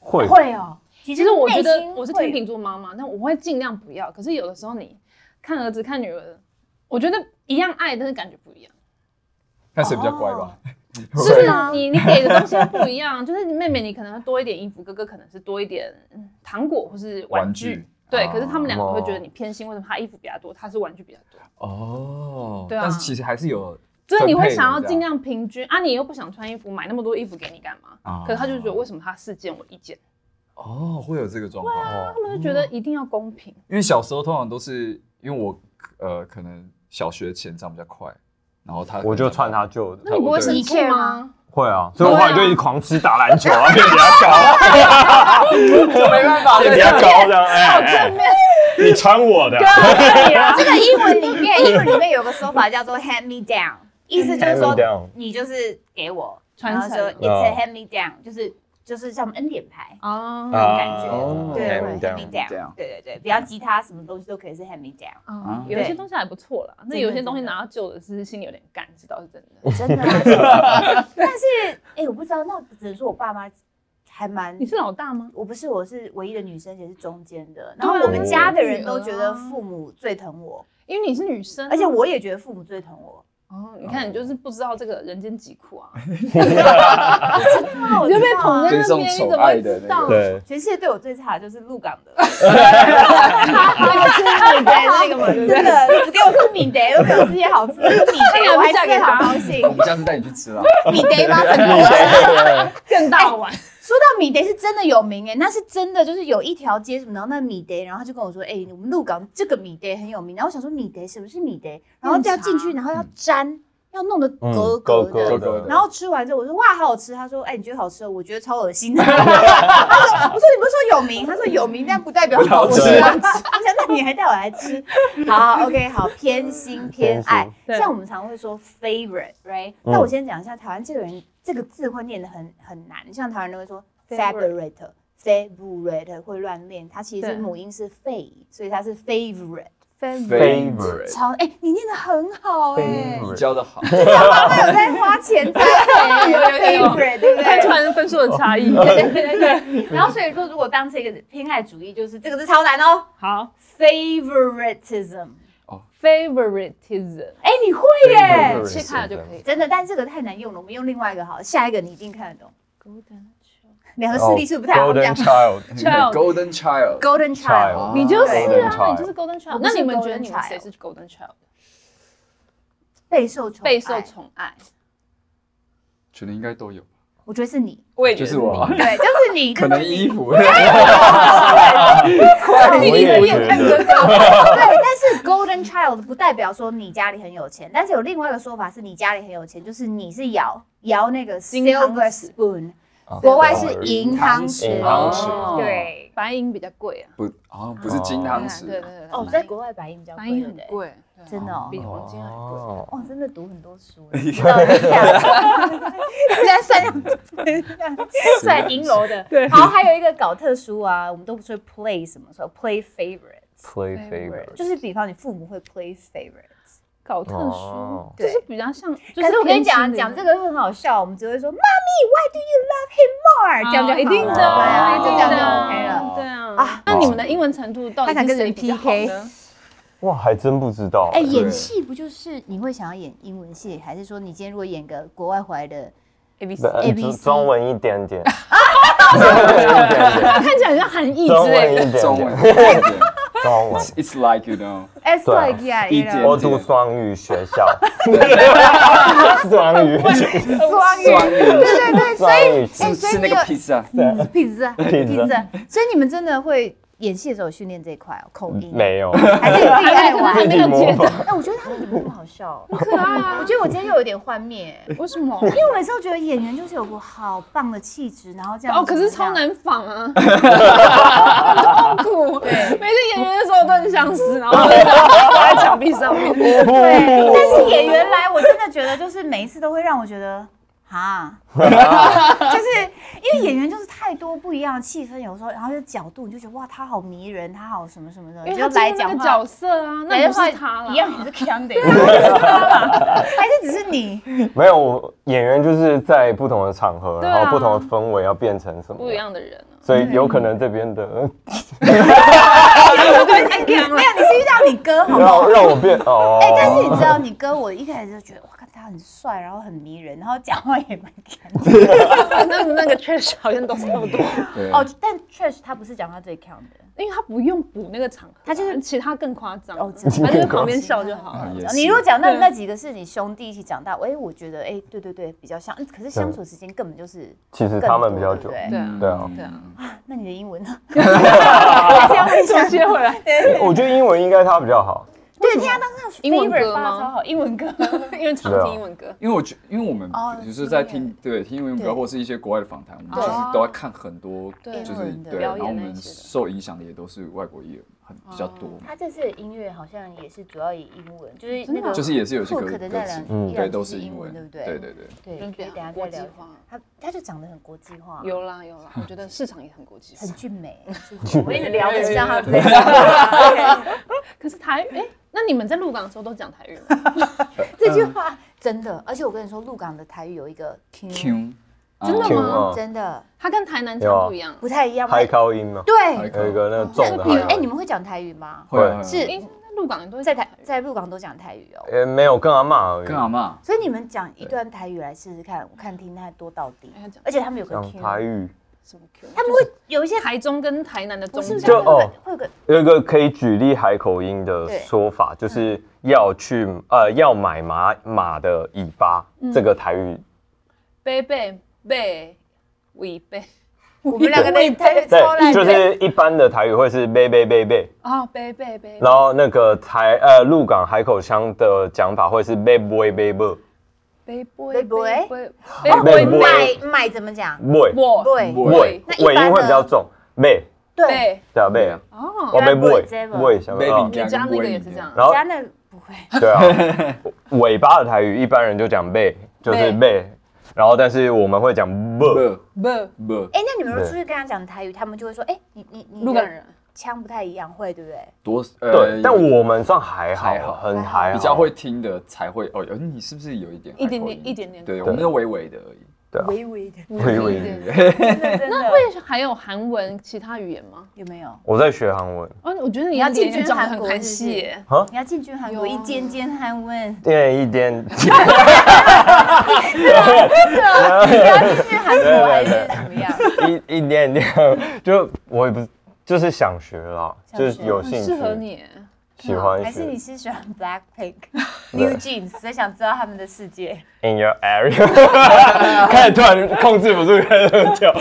[SPEAKER 3] 会
[SPEAKER 2] 会哦。其
[SPEAKER 1] 其实我觉
[SPEAKER 2] 内
[SPEAKER 1] 得
[SPEAKER 2] 心
[SPEAKER 1] 我是
[SPEAKER 2] 会
[SPEAKER 1] 天秤座妈妈，但我会尽量不要。可是有的时候你看儿子看女儿，我觉得一样爱，但是感觉不 一样。
[SPEAKER 4] 看谁比较乖吧。
[SPEAKER 1] 就
[SPEAKER 2] 会
[SPEAKER 1] 是
[SPEAKER 3] 啊
[SPEAKER 2] 吗
[SPEAKER 1] 你你给的东西不一样， 就是你妹妹你可能多一点衣服，哥哥可能是多一点嗯糖果或是玩具。
[SPEAKER 4] 玩具
[SPEAKER 1] 对，
[SPEAKER 4] 哦
[SPEAKER 1] 可是他们两个会觉得你偏心，为什么他衣服比较多，他是玩具比较多？
[SPEAKER 4] 哦，
[SPEAKER 1] 对啊
[SPEAKER 4] 但是其实还是
[SPEAKER 1] 所
[SPEAKER 4] 有分配的这样，
[SPEAKER 1] 以你会想要尽量平均啊，你又不想穿衣服，买那么多衣服给你干嘛？
[SPEAKER 4] 哦
[SPEAKER 1] 可是他就觉得为什么他四件我一件？
[SPEAKER 4] 哦，会有这个状况。
[SPEAKER 1] 他们就觉得一定要公平。
[SPEAKER 4] 因为小时候通常都是因为我呃可能小学前长比较快，然后他
[SPEAKER 3] 我就穿他旧的
[SPEAKER 1] 那，你不会生
[SPEAKER 2] 你
[SPEAKER 1] 气
[SPEAKER 2] care
[SPEAKER 1] 吗？
[SPEAKER 3] 会啊，所以我后来就一直狂吃打篮球啊， 变比较高，
[SPEAKER 4] 没 办法
[SPEAKER 3] 变比较高这样，哎，哎你穿我的，
[SPEAKER 1] 啊
[SPEAKER 2] 这个英文 里面，英文里面有个说法叫做 hand me down，意思就是说
[SPEAKER 3] Hand me down 哦
[SPEAKER 2] 你就是给我，
[SPEAKER 1] 传
[SPEAKER 2] 然后
[SPEAKER 1] 承哦
[SPEAKER 2] 说 it's a hand me down，就是就是像恩典牌。
[SPEAKER 1] 啊
[SPEAKER 2] 那种感觉，
[SPEAKER 3] 哦
[SPEAKER 2] 对
[SPEAKER 3] hand
[SPEAKER 2] 会
[SPEAKER 3] me
[SPEAKER 2] hand me
[SPEAKER 3] down
[SPEAKER 2] down，对对对，比较吉他什么东西都可以是 hand me down，
[SPEAKER 1] 啊，
[SPEAKER 4] 对
[SPEAKER 1] 有一些东西还不错啦，那
[SPEAKER 2] 的
[SPEAKER 1] 有些东西
[SPEAKER 2] 哦真的
[SPEAKER 1] 拿到旧的是心里有点干，知道是真的。
[SPEAKER 4] 哦
[SPEAKER 2] 真的 啊。但是哎，我不知道，那只能说我爸妈还蛮
[SPEAKER 1] 你。是老大吗？
[SPEAKER 2] 我不是，我是唯一的女生，也是中间的。
[SPEAKER 1] 对
[SPEAKER 2] 然
[SPEAKER 1] 啊
[SPEAKER 2] 后我们家的人都
[SPEAKER 1] 你是
[SPEAKER 2] 觉
[SPEAKER 1] 女儿啊
[SPEAKER 2] 得父母最疼我，
[SPEAKER 1] 因为你是女生啊，
[SPEAKER 2] 而且我也觉得父母最疼我。
[SPEAKER 1] 哦，你看你就是不知道这个人间疾苦 啊，
[SPEAKER 2] 啊我
[SPEAKER 1] 你就被
[SPEAKER 2] 知道啊
[SPEAKER 1] 捧在
[SPEAKER 4] 这
[SPEAKER 1] 那边，
[SPEAKER 4] 种
[SPEAKER 1] 你
[SPEAKER 4] 宠
[SPEAKER 1] 怎么
[SPEAKER 4] 爱
[SPEAKER 1] 会
[SPEAKER 4] 的
[SPEAKER 1] 知
[SPEAKER 4] 那
[SPEAKER 1] 道？啊
[SPEAKER 4] 个，
[SPEAKER 3] 对，
[SPEAKER 2] 全世界对我最差的就是鹿港的，
[SPEAKER 1] 那个啊是你啊 的那个嘛， 对不对
[SPEAKER 2] 真？的只给我吃米德，都没有这些好 吃，米德我还吃得好高兴
[SPEAKER 4] 我。们下次带你去 吃啦。
[SPEAKER 2] 米德吗？整个
[SPEAKER 1] 更大碗，
[SPEAKER 2] 说到米德是真的有名哎、那是真的，就是有一条街什么，然后那米德，然后他就跟我说，哎、我们鹿港这个米德很有名。然后我想说米德什么是米德，然后就要进去，然后要沾，
[SPEAKER 1] 嗯
[SPEAKER 2] 要弄得格嗯格的。
[SPEAKER 3] 格
[SPEAKER 4] 格的
[SPEAKER 2] 然后吃完之后，我说哇，好好吃。他说，哎、你觉得好吃哦？我觉得超恶心 的。他说，我说你不是说有名？他说有名，但不代表好吃啊。我说那你还带我来吃？好，OK，好，偏心嗯嗯偏爱。
[SPEAKER 1] 对
[SPEAKER 2] 像我们常会说 favorite，right？那我先讲一下台湾这个人这个字会念得很很难，像台湾人都会说
[SPEAKER 1] Favorite
[SPEAKER 2] favorite。favorite 会乱念，它其实是
[SPEAKER 1] 对
[SPEAKER 2] 母音是 fave，所以它是 favorite。
[SPEAKER 3] favorite
[SPEAKER 2] 超哎、你念得很好哎、
[SPEAKER 4] 你
[SPEAKER 3] favorite
[SPEAKER 4] 教的好，
[SPEAKER 2] 爸爸有在花钱栽培 favorite，对不
[SPEAKER 1] 看出
[SPEAKER 2] 对？
[SPEAKER 1] 来分数的差 异。
[SPEAKER 2] 对对对。然后所以说，如果当这个偏爱主义，就是这个字超难哦
[SPEAKER 1] 好
[SPEAKER 2] ，favoritism。
[SPEAKER 1] ，favoritism，
[SPEAKER 2] 哎、你会耶、
[SPEAKER 3] Favorite
[SPEAKER 1] 切开了就可以。
[SPEAKER 2] 真的，但这个太难用了，我们用另外一个好了，下一个你一定看得懂。
[SPEAKER 1] Golden
[SPEAKER 2] 两个视
[SPEAKER 3] 哦
[SPEAKER 2] 力是不是不太好，我们
[SPEAKER 3] golden
[SPEAKER 2] 讲
[SPEAKER 3] child，
[SPEAKER 2] 哦
[SPEAKER 1] Child
[SPEAKER 4] Golden Child，
[SPEAKER 2] golden child。
[SPEAKER 4] 哦
[SPEAKER 1] 你就是啊，
[SPEAKER 3] Golden
[SPEAKER 1] 你就是 Golden Child。
[SPEAKER 2] 我不
[SPEAKER 1] 那
[SPEAKER 2] 是
[SPEAKER 1] 你们觉得
[SPEAKER 2] Golden
[SPEAKER 1] 你们谁
[SPEAKER 2] Child
[SPEAKER 1] 是 Golden Child？
[SPEAKER 2] 备受宠，
[SPEAKER 1] 备受。宠爱，
[SPEAKER 4] 觉得应该都有，
[SPEAKER 2] 我觉得是你，
[SPEAKER 1] 我也
[SPEAKER 4] 就是我，啊，
[SPEAKER 2] 对，就是你，
[SPEAKER 4] 可
[SPEAKER 2] 就是
[SPEAKER 4] 能
[SPEAKER 2] 你
[SPEAKER 4] 衣服，
[SPEAKER 3] 我也觉得，
[SPEAKER 2] 对。但是 golden child 不代表说你家里很有钱，但是有另外一个说法是你家里很有钱，就是你是摇摇那个
[SPEAKER 1] 金汤
[SPEAKER 2] silver
[SPEAKER 1] 匙
[SPEAKER 2] spoon，
[SPEAKER 3] 啊
[SPEAKER 2] 国外是银汤
[SPEAKER 3] 银
[SPEAKER 2] 匙。
[SPEAKER 3] 汤匙
[SPEAKER 4] 哦
[SPEAKER 2] 对，
[SPEAKER 1] 白银比较贵啊。
[SPEAKER 4] 不，好像不
[SPEAKER 3] 哦
[SPEAKER 4] 是金汤匙，
[SPEAKER 1] 对对对，
[SPEAKER 2] 哦，在国外白银比较
[SPEAKER 1] 白
[SPEAKER 2] 贵，
[SPEAKER 1] 银
[SPEAKER 2] 对不
[SPEAKER 1] 很
[SPEAKER 2] 对
[SPEAKER 1] 贵，
[SPEAKER 2] 真的哦
[SPEAKER 1] 比黄金还贵。
[SPEAKER 3] 哦，
[SPEAKER 2] 哦，真的读很多书欸，知道这样子 现在算上算银楼的，对。好，还有一个搞特殊啊，我们都不是会 play 什么，说 play favorites，
[SPEAKER 3] play
[SPEAKER 1] favorite
[SPEAKER 3] favorite，
[SPEAKER 2] 就是比方你父母会 play favorites。
[SPEAKER 1] 搞特殊
[SPEAKER 3] 哦，
[SPEAKER 1] 就是
[SPEAKER 2] 对
[SPEAKER 1] 比较像。就
[SPEAKER 2] 可是我跟你
[SPEAKER 1] 偏心
[SPEAKER 2] 讲，
[SPEAKER 1] 的
[SPEAKER 2] 讲这个很好笑，我们只会说妈咪，Why do you love him more？这样就好了
[SPEAKER 1] 哦一定的，
[SPEAKER 2] 对啊，
[SPEAKER 1] 一
[SPEAKER 2] 就
[SPEAKER 1] 定
[SPEAKER 2] 这
[SPEAKER 1] 的
[SPEAKER 2] 样就 OK 了。
[SPEAKER 1] 对啊，
[SPEAKER 2] 啊
[SPEAKER 3] 哦
[SPEAKER 1] 那你们的英文程度到底
[SPEAKER 2] 他想
[SPEAKER 1] 是
[SPEAKER 2] 跟
[SPEAKER 1] 谁
[SPEAKER 2] 你
[SPEAKER 1] 比较好
[SPEAKER 2] PK
[SPEAKER 1] 呢？
[SPEAKER 3] 哇，还真不知道，
[SPEAKER 2] 哎，演戏不就是你会想要演英文戏，还是说你今天如果演个国外回来的？
[SPEAKER 1] A B C
[SPEAKER 3] 对呃
[SPEAKER 2] ABC
[SPEAKER 3] 中文一点点，
[SPEAKER 1] 他看起来很像韩裔
[SPEAKER 3] 中
[SPEAKER 1] 之
[SPEAKER 3] 文
[SPEAKER 1] 类
[SPEAKER 3] 一
[SPEAKER 1] 的。
[SPEAKER 3] 点
[SPEAKER 4] 中文
[SPEAKER 3] 点， 中文。
[SPEAKER 4] ，It's like you know，
[SPEAKER 2] It's
[SPEAKER 3] 啊
[SPEAKER 2] like yeah, you
[SPEAKER 4] 一
[SPEAKER 2] know.
[SPEAKER 4] 点
[SPEAKER 3] 我读双语学校， 双语，
[SPEAKER 2] 双
[SPEAKER 4] 双
[SPEAKER 2] 语，
[SPEAKER 4] 语
[SPEAKER 2] 对对对，所
[SPEAKER 3] 双语
[SPEAKER 2] 以哎，
[SPEAKER 4] 是
[SPEAKER 2] 所以
[SPEAKER 4] 是
[SPEAKER 2] 你
[SPEAKER 4] 那
[SPEAKER 2] 有
[SPEAKER 4] 个披萨，
[SPEAKER 2] 痞子啊，痞
[SPEAKER 3] pizza
[SPEAKER 2] 子啊，所以你们真的会演戏的时候有训练这一块哦，口音，
[SPEAKER 3] 没有，
[SPEAKER 2] 还是你自己 爱玩？
[SPEAKER 3] 自己模仿。
[SPEAKER 2] 哎，我觉得他们也不好笑，
[SPEAKER 1] 可爱啊
[SPEAKER 2] 我觉得我今天又有点幻灭，
[SPEAKER 1] 为什么？
[SPEAKER 2] 因为我每次都觉得演员就是有股好棒的气质，然后这样
[SPEAKER 1] 哦，可是超
[SPEAKER 2] 难。
[SPEAKER 1] 难仿啊，好痛苦。每次演员的时候都很想死，然 后在墙壁上面。
[SPEAKER 2] 对，但是演员来，我真的觉得就是每一次都会让我觉得。啊，就是因为演员就是太多不一样的气氛，有时候然后就角度，你就觉得哇，他好迷人，他好什么什么的，
[SPEAKER 1] 因为
[SPEAKER 2] 就
[SPEAKER 1] 哎他来
[SPEAKER 2] 来
[SPEAKER 1] 那
[SPEAKER 2] 讲
[SPEAKER 1] 个
[SPEAKER 2] 话
[SPEAKER 1] 角色啊，那
[SPEAKER 2] 来
[SPEAKER 1] 不
[SPEAKER 2] 话
[SPEAKER 1] 是他了。
[SPEAKER 2] 一样也是强的，还是只是 你？
[SPEAKER 3] 没有，我演员就是在不同的场合，
[SPEAKER 1] 对啊
[SPEAKER 3] 然后不同的氛围要变成什么
[SPEAKER 1] 不一，样的人啊，
[SPEAKER 3] 所以有可能这边的
[SPEAKER 2] 没有，你是遇到你哥好不好？
[SPEAKER 3] 让让我变哦
[SPEAKER 2] 哎，，但是你知道，你哥我一开始就觉得，哇，看他很帅，然后很迷人，然后讲话也蛮强的。
[SPEAKER 1] 那那个确实好像都差不多，
[SPEAKER 4] 对，
[SPEAKER 2] 哦，但确实他不是讲话最强的。
[SPEAKER 1] 因为他不用补那个场合啊，
[SPEAKER 2] 他就是
[SPEAKER 1] 其他更夸张，
[SPEAKER 2] 哦
[SPEAKER 1] 他
[SPEAKER 2] 真的
[SPEAKER 1] 就是旁边笑就好
[SPEAKER 4] 啊
[SPEAKER 1] 了。
[SPEAKER 4] 也
[SPEAKER 2] 你
[SPEAKER 4] 是
[SPEAKER 2] 如果讲那
[SPEAKER 1] 对
[SPEAKER 2] 那几个是你兄弟一起长大，哎，我觉得哎，对对对，比较像。嗯可是相处时间根本就是
[SPEAKER 3] 其实
[SPEAKER 2] 更多
[SPEAKER 3] 他们比较
[SPEAKER 2] 对
[SPEAKER 3] 久
[SPEAKER 2] 不，对
[SPEAKER 1] 对啊
[SPEAKER 4] 嗯
[SPEAKER 3] 对啊
[SPEAKER 1] 对啊，
[SPEAKER 2] 那你的英文呢？ 这样问一下
[SPEAKER 1] 接回来，
[SPEAKER 3] 我觉得英文应该他比较好，
[SPEAKER 2] 对，听他当时
[SPEAKER 1] 英文歌
[SPEAKER 2] 发
[SPEAKER 1] 吗
[SPEAKER 2] 超好，英 文歌。
[SPEAKER 1] 因为常
[SPEAKER 3] 对啊
[SPEAKER 1] 听英文歌，
[SPEAKER 4] 因为我觉，因为我们
[SPEAKER 2] 哦
[SPEAKER 4] 就是在
[SPEAKER 2] 听英
[SPEAKER 4] 听对听英文
[SPEAKER 2] 对
[SPEAKER 4] 歌或是一些国外的访谈，我们
[SPEAKER 1] 对
[SPEAKER 4] 其实都在看很多，
[SPEAKER 1] 哦对
[SPEAKER 4] 就
[SPEAKER 2] 英
[SPEAKER 4] 是
[SPEAKER 2] 文的
[SPEAKER 4] 对，
[SPEAKER 1] 表
[SPEAKER 4] 然
[SPEAKER 1] 演
[SPEAKER 4] 后我
[SPEAKER 1] 那
[SPEAKER 4] 们
[SPEAKER 1] 一些的
[SPEAKER 4] 受影响的也都是外国艺人，很比较多嘛。
[SPEAKER 2] 他这次的音乐好像也是主要以英文，就是
[SPEAKER 1] 真
[SPEAKER 2] 那
[SPEAKER 1] 的啊
[SPEAKER 2] 个
[SPEAKER 4] 就是也是有一些
[SPEAKER 2] Hook
[SPEAKER 4] 歌
[SPEAKER 2] 的
[SPEAKER 4] 歌
[SPEAKER 2] 那
[SPEAKER 4] 词嗯
[SPEAKER 2] 两，一两
[SPEAKER 4] 对，
[SPEAKER 2] 句
[SPEAKER 4] 都
[SPEAKER 2] 是
[SPEAKER 4] 是
[SPEAKER 2] 英
[SPEAKER 4] 英
[SPEAKER 2] 文
[SPEAKER 4] 文，
[SPEAKER 2] 对不对嗯
[SPEAKER 4] 对对对。
[SPEAKER 2] 对，
[SPEAKER 1] 就
[SPEAKER 2] 可
[SPEAKER 1] 是
[SPEAKER 2] 以
[SPEAKER 1] 比较
[SPEAKER 2] 等一下
[SPEAKER 1] 国
[SPEAKER 2] 再
[SPEAKER 1] 际
[SPEAKER 2] 聊。
[SPEAKER 1] 化
[SPEAKER 2] 他他就长得很国际化，
[SPEAKER 1] 有啦有啦，我觉得市场也很国际化
[SPEAKER 2] 很。俊 美。 我们一直聊着让他对 OK，
[SPEAKER 1] 可是台语，哎，
[SPEAKER 2] 嗯
[SPEAKER 1] 那你们在鹿港的时候都讲台语 吗？
[SPEAKER 2] 这句话真的，而且我跟你说，鹿港的台语有一个 Q，
[SPEAKER 4] Q，
[SPEAKER 1] 真的
[SPEAKER 3] 吗
[SPEAKER 1] 吗？
[SPEAKER 3] 嗯
[SPEAKER 2] 真的
[SPEAKER 1] 它跟台南
[SPEAKER 3] 有啊
[SPEAKER 1] 腔不一样，
[SPEAKER 2] 不太一样。
[SPEAKER 3] 嗨高音嘛，
[SPEAKER 2] 对，
[SPEAKER 3] 有一个那个
[SPEAKER 2] 这
[SPEAKER 3] 重的
[SPEAKER 2] 比
[SPEAKER 3] 嗨
[SPEAKER 2] 哎，
[SPEAKER 3] 高
[SPEAKER 2] 你
[SPEAKER 3] 音，
[SPEAKER 2] 们会讲台语吗？
[SPEAKER 4] 会啊会啊
[SPEAKER 2] 是
[SPEAKER 1] 哎，那鹿港人都会
[SPEAKER 2] 在
[SPEAKER 1] 讲
[SPEAKER 2] 台在鹿港都讲台语哦，
[SPEAKER 3] 也没有跟阿妈而已，
[SPEAKER 4] 跟阿妈
[SPEAKER 2] 所以你们讲一段台语来试试看，我看听他多到底
[SPEAKER 1] 哎他讲。
[SPEAKER 2] 而且他们有个
[SPEAKER 3] 讲
[SPEAKER 2] Q，
[SPEAKER 3] 台语，
[SPEAKER 1] 什么 Q？
[SPEAKER 2] 他们会有一 些
[SPEAKER 1] 台中跟台南的中
[SPEAKER 2] 不是
[SPEAKER 1] 间
[SPEAKER 2] 不是
[SPEAKER 3] 就
[SPEAKER 2] 会有个
[SPEAKER 3] 哦
[SPEAKER 2] 会有个
[SPEAKER 3] 有一个可以举例海口音的说法，就是要去呃要买马马的尾巴，这个台语
[SPEAKER 1] 背背背尾背
[SPEAKER 2] 我们两个在台语超
[SPEAKER 3] 对，
[SPEAKER 2] 烂
[SPEAKER 3] 就
[SPEAKER 2] 的，
[SPEAKER 3] 是一般的台语会是贝贝贝贝，
[SPEAKER 1] 啊背背背，
[SPEAKER 3] 然后那个台呃鹿港海口腔的讲法会是贝贝贝贝
[SPEAKER 1] 背背
[SPEAKER 2] 背背
[SPEAKER 3] 哦
[SPEAKER 1] 背背
[SPEAKER 3] 背
[SPEAKER 1] 背
[SPEAKER 3] 背
[SPEAKER 1] 背
[SPEAKER 2] 买买怎么讲？
[SPEAKER 3] 贝
[SPEAKER 1] 我
[SPEAKER 2] 对
[SPEAKER 4] 我
[SPEAKER 3] 尾
[SPEAKER 2] 那一
[SPEAKER 3] 尾
[SPEAKER 2] 般呢
[SPEAKER 3] 音会比较重，贝
[SPEAKER 2] 对，
[SPEAKER 1] 背
[SPEAKER 3] 对啊贝
[SPEAKER 4] 嗯
[SPEAKER 3] 啊，
[SPEAKER 1] 哦，
[SPEAKER 3] 我贝
[SPEAKER 2] 尾
[SPEAKER 3] 贝
[SPEAKER 2] 这个
[SPEAKER 3] 贝想不到
[SPEAKER 1] 你家那个也是这样，
[SPEAKER 3] 然后
[SPEAKER 2] 加那不会。哎
[SPEAKER 3] 对啊， 尾巴的台语一般人就讲贝，就是贝，然后但是我们会讲贝，
[SPEAKER 4] 不
[SPEAKER 1] 不
[SPEAKER 4] 不
[SPEAKER 2] 哎，那你们如果出去跟他讲台语，他们就会说，哎，你你你
[SPEAKER 1] 鹿港人
[SPEAKER 2] 腔不太一样，会对不对？
[SPEAKER 4] 多
[SPEAKER 3] 对，但
[SPEAKER 4] 有
[SPEAKER 3] 我们算还好
[SPEAKER 4] 呃还，好
[SPEAKER 3] 很还好，
[SPEAKER 4] 比较会听的才会哦，呃你是不是有一点
[SPEAKER 1] 一点点
[SPEAKER 4] 海口音
[SPEAKER 1] 一点点
[SPEAKER 4] 对，我们是微微的而已。
[SPEAKER 2] 微微 的，
[SPEAKER 3] 微微的。
[SPEAKER 1] 那会还有韩文其他语言吗？
[SPEAKER 2] 有没有？
[SPEAKER 3] 我在学韩 文，
[SPEAKER 1] 哦，我觉得你
[SPEAKER 2] 要
[SPEAKER 1] 的脸
[SPEAKER 2] 进军
[SPEAKER 1] 长得
[SPEAKER 2] 韩
[SPEAKER 1] 很
[SPEAKER 2] 国
[SPEAKER 1] 韩
[SPEAKER 2] 是不
[SPEAKER 1] 系
[SPEAKER 2] 是
[SPEAKER 1] 耶，
[SPEAKER 2] 你要进军韩国，
[SPEAKER 1] 有啊
[SPEAKER 2] 一间间韩文，
[SPEAKER 3] 练一点，
[SPEAKER 2] 你要进军韩国还是怎么样？
[SPEAKER 3] 一一点 点，就我也不就是想学啦，
[SPEAKER 2] 想
[SPEAKER 3] 就
[SPEAKER 2] 学哦
[SPEAKER 3] 是有
[SPEAKER 1] 很
[SPEAKER 3] 兴趣，
[SPEAKER 1] 适合你耶。
[SPEAKER 3] 喜欢
[SPEAKER 2] 还是你
[SPEAKER 3] 学。
[SPEAKER 2] 是喜欢 Blackpink、New Jeans，所以想知道他们的世界？
[SPEAKER 3] In your area，开始突然控制不住，开始跳。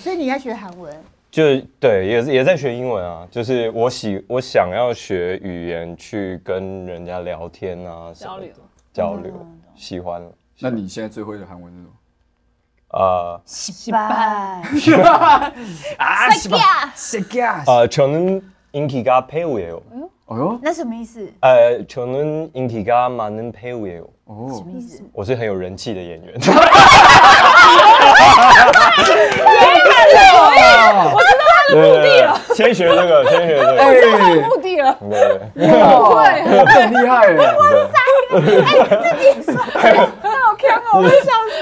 [SPEAKER 2] 所以你在学韩文，
[SPEAKER 3] 就对，也是也在学英文啊，就是我喜我想要学语言去跟人家聊天啊，什么
[SPEAKER 1] 交
[SPEAKER 3] 的
[SPEAKER 1] 流，
[SPEAKER 3] 交
[SPEAKER 2] 嗯
[SPEAKER 3] 流，喜欢了。
[SPEAKER 4] 那你现在最会的韩文是什么？
[SPEAKER 3] 呃
[SPEAKER 2] 西班
[SPEAKER 4] 啊，西班牙，西班牙
[SPEAKER 3] 呃，저는인기가배우예요。
[SPEAKER 4] 哦哟，
[SPEAKER 2] 那什么意思？
[SPEAKER 3] 呃，저는인기가많은배우예요。
[SPEAKER 2] 什
[SPEAKER 4] 哦
[SPEAKER 2] 么，意思？
[SPEAKER 3] 我是很有人气的演 员。我知道他的目的了。先学这个，先学这个。
[SPEAKER 4] 哎，
[SPEAKER 1] 目的了，
[SPEAKER 3] 对对对
[SPEAKER 4] 哇，很厉害耶！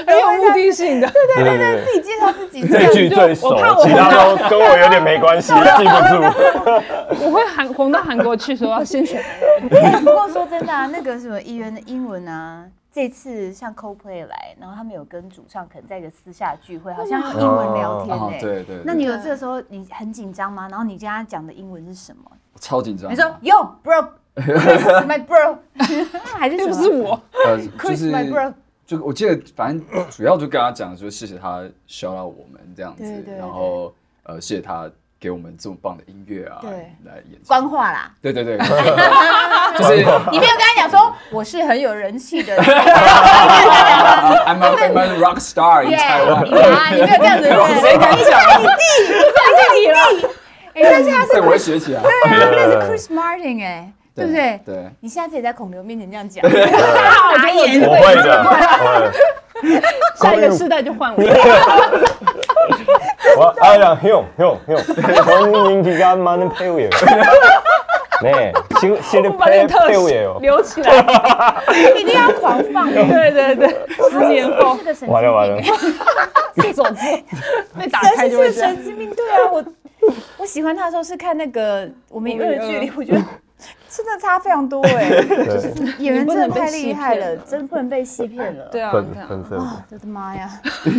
[SPEAKER 1] 很有目的性的。
[SPEAKER 3] 对对对
[SPEAKER 2] 自己介绍自己，
[SPEAKER 3] 这句最熟，其他都跟我有点没关系，记不住。
[SPEAKER 1] 我会韩 红到韩国去，说要先学韩文。
[SPEAKER 2] 不过说真的啊，那个什么议员的英文啊，这次像 CoPlay 来，然后他们有跟主唱可能在一个私下聚会，好像用英文聊天
[SPEAKER 4] 哦
[SPEAKER 2] 哎、
[SPEAKER 4] 对对，
[SPEAKER 2] 那你有这个时候你很紧张吗？然后你跟他讲的英文是什么？
[SPEAKER 4] 对超紧张。
[SPEAKER 2] 你说 Yo bro。my bro，还是什么？
[SPEAKER 1] 我，
[SPEAKER 4] 呃，就
[SPEAKER 2] Chris my bro
[SPEAKER 4] 是就我记得，反正主要就跟他讲说，谢谢他笑到我们这样子，
[SPEAKER 2] 对对对
[SPEAKER 4] 然后呃，谢谢他给我们这么棒的音乐啊，
[SPEAKER 2] 对
[SPEAKER 4] 来演
[SPEAKER 2] 官
[SPEAKER 4] 唱
[SPEAKER 2] 话啦。
[SPEAKER 4] 对对对，就是
[SPEAKER 2] 你没有跟他讲说我是很有人气的人，
[SPEAKER 4] 呃 I'm a famous rock star in
[SPEAKER 2] 耶
[SPEAKER 4] Taiwan。
[SPEAKER 2] 啊，你没有这样子对不对
[SPEAKER 4] 谁敢讲啊？
[SPEAKER 2] 哎，但是他是
[SPEAKER 4] 这我会学起来。
[SPEAKER 2] 那是 Chris Martin 哎，对不对？
[SPEAKER 4] 对，啊
[SPEAKER 2] 你下次也在孔刘面前这样 讲，傻眼。
[SPEAKER 3] 我会的，我会的。
[SPEAKER 1] 下一个世代就换我。
[SPEAKER 3] 我哎呀，用用用，从年纪干嘛能配我？네 지금 실은
[SPEAKER 1] 我把这个
[SPEAKER 3] 폐우예요.
[SPEAKER 1] 特留起来，一定要狂放。对对对，十年后
[SPEAKER 2] 是个神经
[SPEAKER 3] 完了完了，
[SPEAKER 1] 这种被打
[SPEAKER 2] 但
[SPEAKER 1] 开
[SPEAKER 2] 是
[SPEAKER 1] 就是
[SPEAKER 2] 个
[SPEAKER 1] 会这样。
[SPEAKER 2] 神经病，对啊，我我喜欢他的时候是看那个我们与恶的距离，我觉得真的差非常多哎，
[SPEAKER 3] 对，
[SPEAKER 2] 演员真的太厉害
[SPEAKER 1] 你不能被欺骗了
[SPEAKER 2] 了，真的不能被欺骗了。
[SPEAKER 1] 对啊，
[SPEAKER 3] 粉
[SPEAKER 1] 你看
[SPEAKER 3] 粉色的，
[SPEAKER 2] 我的妈呀，
[SPEAKER 1] 你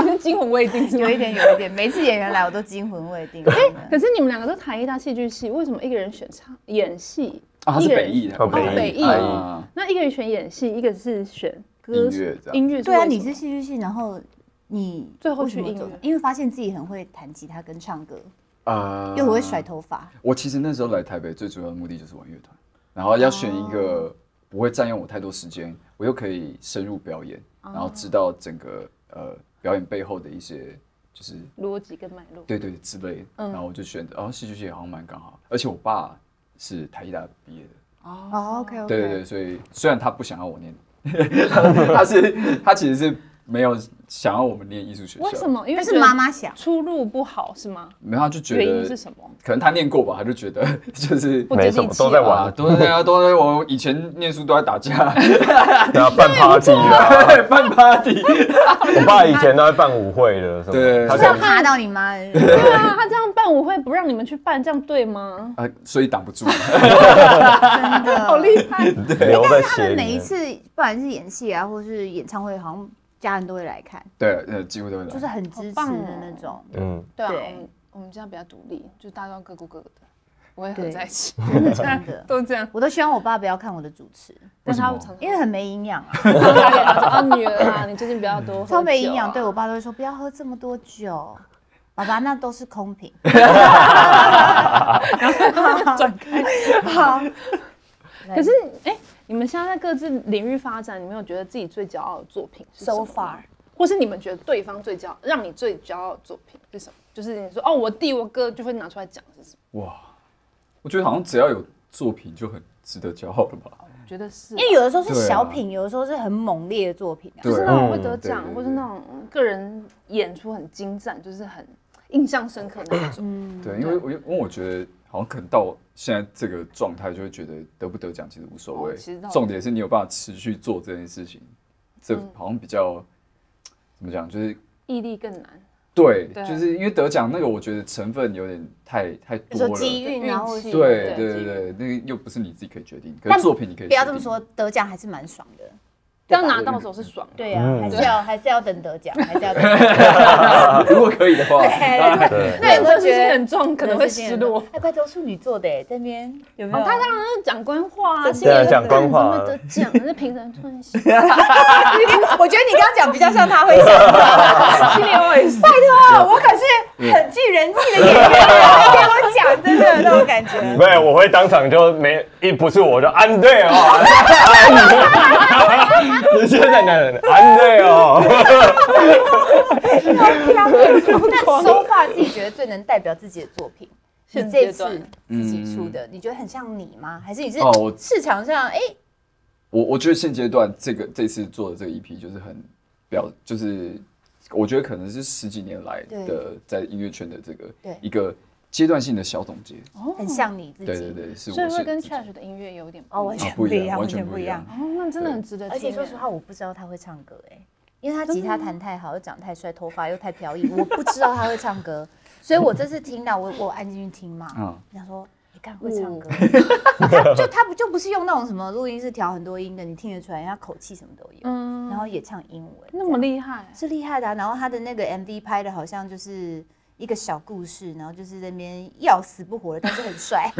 [SPEAKER 1] 是惊魂未定是吗
[SPEAKER 2] 有？一点有一点，每次演员来我都惊魂未定。啊真的
[SPEAKER 1] 可是你们两个都台艺大戏剧系，为什么一个人选唱演戏？
[SPEAKER 4] 啊，他
[SPEAKER 1] 一
[SPEAKER 4] 是
[SPEAKER 1] 个
[SPEAKER 4] 北
[SPEAKER 1] 人
[SPEAKER 4] 艺的，
[SPEAKER 3] 哦
[SPEAKER 1] 哦，北
[SPEAKER 3] 艺
[SPEAKER 1] 艺。
[SPEAKER 4] 啊
[SPEAKER 1] 那一个人选演戏，一个是选歌
[SPEAKER 4] 音乐这样
[SPEAKER 1] 音乐。
[SPEAKER 2] 对啊，你是戏剧系，然后你
[SPEAKER 1] 最后
[SPEAKER 2] 为什么
[SPEAKER 1] 去音
[SPEAKER 2] 走
[SPEAKER 1] 乐
[SPEAKER 2] 因为发现自己很会弹吉他跟唱歌，
[SPEAKER 4] 啊
[SPEAKER 2] 又很会甩。头发。
[SPEAKER 4] 我其实那时候来台北最主要的目的就是玩乐团，然后要选一
[SPEAKER 1] 哦
[SPEAKER 4] 个不会占用我太多时间，我又可以深入表演，
[SPEAKER 1] 哦
[SPEAKER 4] 然后知道整个呃表演背后的一些就是
[SPEAKER 1] 逻辑跟脉络。
[SPEAKER 4] 对对之类的，
[SPEAKER 1] 嗯
[SPEAKER 4] 然后我就选择，然后戏剧系好像蛮刚好，而且我爸是台艺大毕业的，
[SPEAKER 2] 哦，OK OK，
[SPEAKER 4] 对对对，所以虽然他不想要我念， 他是他其实是没有想要我们念艺术学校，
[SPEAKER 1] 为什？么？因为
[SPEAKER 2] 但是妈妈想，
[SPEAKER 1] 出路不好是吗？
[SPEAKER 4] 没有，他就觉得
[SPEAKER 1] 原因是什么？
[SPEAKER 4] 可能他念过吧，他就觉得就是
[SPEAKER 1] 不
[SPEAKER 3] 没
[SPEAKER 1] 接
[SPEAKER 3] 什
[SPEAKER 1] 地
[SPEAKER 3] 么，
[SPEAKER 1] 气
[SPEAKER 3] 都在
[SPEAKER 4] 啊，
[SPEAKER 3] 玩，
[SPEAKER 4] 都对啊，都在我以前念书都在打架，
[SPEAKER 3] 然后办 party 啊，
[SPEAKER 4] 办 party，
[SPEAKER 3] 我爸以前都在办舞会的，什
[SPEAKER 4] 对
[SPEAKER 3] 么，他
[SPEAKER 2] 是要
[SPEAKER 3] 想
[SPEAKER 2] 爬到你妈的人。
[SPEAKER 1] 对啊，他这样办舞会不让你们去办，这样对吗？
[SPEAKER 4] 啊，所以挡不住。
[SPEAKER 2] 真的 好厉害！
[SPEAKER 3] 留在
[SPEAKER 2] 他
[SPEAKER 3] 鞋
[SPEAKER 2] 们
[SPEAKER 3] 里
[SPEAKER 2] 每一
[SPEAKER 3] 面。
[SPEAKER 2] 次不管是演戏啊，或是演唱会，好像家人都会来看，
[SPEAKER 4] 对，呃，几乎都会
[SPEAKER 2] 就是
[SPEAKER 4] 来。
[SPEAKER 2] 很支持
[SPEAKER 1] 好棒哦
[SPEAKER 2] 的那种。
[SPEAKER 3] 嗯，
[SPEAKER 1] 对啊，
[SPEAKER 2] 对
[SPEAKER 1] 我们我们家比较独立，就大家都各过各的，不会合
[SPEAKER 2] 对
[SPEAKER 1] 在一起，
[SPEAKER 2] 真的真的，
[SPEAKER 1] 都这样。
[SPEAKER 2] 我都希望我爸不要看我的主持，
[SPEAKER 1] 但他
[SPEAKER 4] 为
[SPEAKER 1] 们
[SPEAKER 4] 什
[SPEAKER 1] 常常
[SPEAKER 2] 因为很没营养啊，
[SPEAKER 1] 打给他说：“啊，女儿啊， 你最近不要多喝酒啊
[SPEAKER 2] 超没营养。对我爸都会说不要喝这么多酒，爸爸那都是空瓶。转开，好。
[SPEAKER 1] 可是，哎、你们现在在各自领域发展，你们有觉得自己最骄傲的作品是什
[SPEAKER 2] so
[SPEAKER 1] 么
[SPEAKER 2] far，
[SPEAKER 1] 或是你们觉得对方最骄傲，让你最骄傲的作品是什么？就是你说哦，我弟我哥就会拿出来讲是什么？
[SPEAKER 4] 哇，我觉得好像只要有作品就很值得骄傲了吧？
[SPEAKER 1] 我觉得是，
[SPEAKER 2] 因为有的时候是
[SPEAKER 4] 对啊
[SPEAKER 2] 小品，有的时候是很猛烈的作品啊。
[SPEAKER 1] 就是
[SPEAKER 4] 对
[SPEAKER 1] 那种
[SPEAKER 3] 嗯
[SPEAKER 1] 会得奖，
[SPEAKER 4] 对对
[SPEAKER 1] 或是那种个人演出很精湛，就是很印象深刻那种。
[SPEAKER 4] 对，因为我因为我觉得好像可能到现在这个状态，就会觉得得不得奖其实无所谓
[SPEAKER 1] 哦其实到，
[SPEAKER 4] 重点是你有办法持续做这件事情，这好像比较怎么讲，就是
[SPEAKER 1] 毅力更难，
[SPEAKER 4] 对，
[SPEAKER 1] 对
[SPEAKER 4] 就是因为得奖那个，我觉得成分有点太太
[SPEAKER 2] 比如
[SPEAKER 4] 多
[SPEAKER 2] 说
[SPEAKER 4] 了。
[SPEAKER 2] 机运啊，或
[SPEAKER 1] 运
[SPEAKER 2] 是
[SPEAKER 1] 气
[SPEAKER 4] 对
[SPEAKER 1] 对机
[SPEAKER 4] 对对
[SPEAKER 1] 遇
[SPEAKER 4] 对，那个又不是你自己可以决定，可
[SPEAKER 2] 但
[SPEAKER 4] 是作品你可以。
[SPEAKER 2] 不要这么说，，得奖还是蛮爽的。
[SPEAKER 1] 这样拿到的时候是爽的。
[SPEAKER 2] 对呀、
[SPEAKER 3] 嗯
[SPEAKER 2] 还是要还是要等得奖，还是要等得奖。
[SPEAKER 4] 如果可以的话，当然
[SPEAKER 3] 对，
[SPEAKER 2] 对
[SPEAKER 1] 我觉得很重，可能会失落。。
[SPEAKER 2] 哎，怪都处女座的，这边有没有？
[SPEAKER 1] 他当然是讲官话啊，
[SPEAKER 3] 对啊讲官
[SPEAKER 1] 怎
[SPEAKER 3] 话
[SPEAKER 1] 么得奖？那评审突然想，
[SPEAKER 2] 我觉得你刚刚讲比较像他会想的，心里我也 是。拜托，我可
[SPEAKER 4] 嗯
[SPEAKER 2] 是很具人气的演员，你给我讲，真的那种感觉。
[SPEAKER 3] 没有，我会当场就没一不是我就安对 哦，安直接在那里安对 哦，
[SPEAKER 2] 那收发自己觉得最能代表自己的作品，你
[SPEAKER 1] 现
[SPEAKER 2] 这
[SPEAKER 1] 阶
[SPEAKER 2] 次
[SPEAKER 1] 段
[SPEAKER 2] 自己出的，你觉得很像你吗？还是你是
[SPEAKER 4] 嗯哦我
[SPEAKER 2] 市场上哎
[SPEAKER 4] 我我觉得现阶段这个这次做的这个 EP 就是很表，就是我觉得可能是十几年来的在音乐圈的这个
[SPEAKER 2] 对
[SPEAKER 4] 一个阶段性的小总结。
[SPEAKER 1] 哦
[SPEAKER 2] 很像你自
[SPEAKER 4] 对对
[SPEAKER 2] 己？
[SPEAKER 4] 对，是我
[SPEAKER 1] 所以会
[SPEAKER 4] 现
[SPEAKER 1] 跟
[SPEAKER 4] 自己
[SPEAKER 1] Trash 的音乐有点
[SPEAKER 2] 哦，
[SPEAKER 1] 不一
[SPEAKER 2] 完
[SPEAKER 1] 样。
[SPEAKER 2] 全
[SPEAKER 4] 啊
[SPEAKER 2] 不
[SPEAKER 4] 不
[SPEAKER 2] 一
[SPEAKER 4] 一样，
[SPEAKER 2] 样，完
[SPEAKER 4] 完
[SPEAKER 1] 哦，那
[SPEAKER 2] 全不一样
[SPEAKER 4] 全不一样。
[SPEAKER 1] 真的很值得听耶。
[SPEAKER 2] 而且说实话，我不知道他会唱歌哎、因为他吉他弹太好，又长太帅，头发又太飘逸，我不知道他会唱歌，所以我这次听到我我按进去听嘛，
[SPEAKER 4] 嗯
[SPEAKER 2] 我想说，哎、你看
[SPEAKER 1] 哦
[SPEAKER 2] 会唱歌，就他不就不是用那种什么录音室调很多音的，你听得出来，他口气什么都有，
[SPEAKER 1] 嗯，
[SPEAKER 2] 然后也唱英文，
[SPEAKER 1] 那么厉害，
[SPEAKER 2] 是厉害的啊、然后他的那个 MV 拍的好像就是一个小故事，然后就是在那边要死不活的，但是很帅，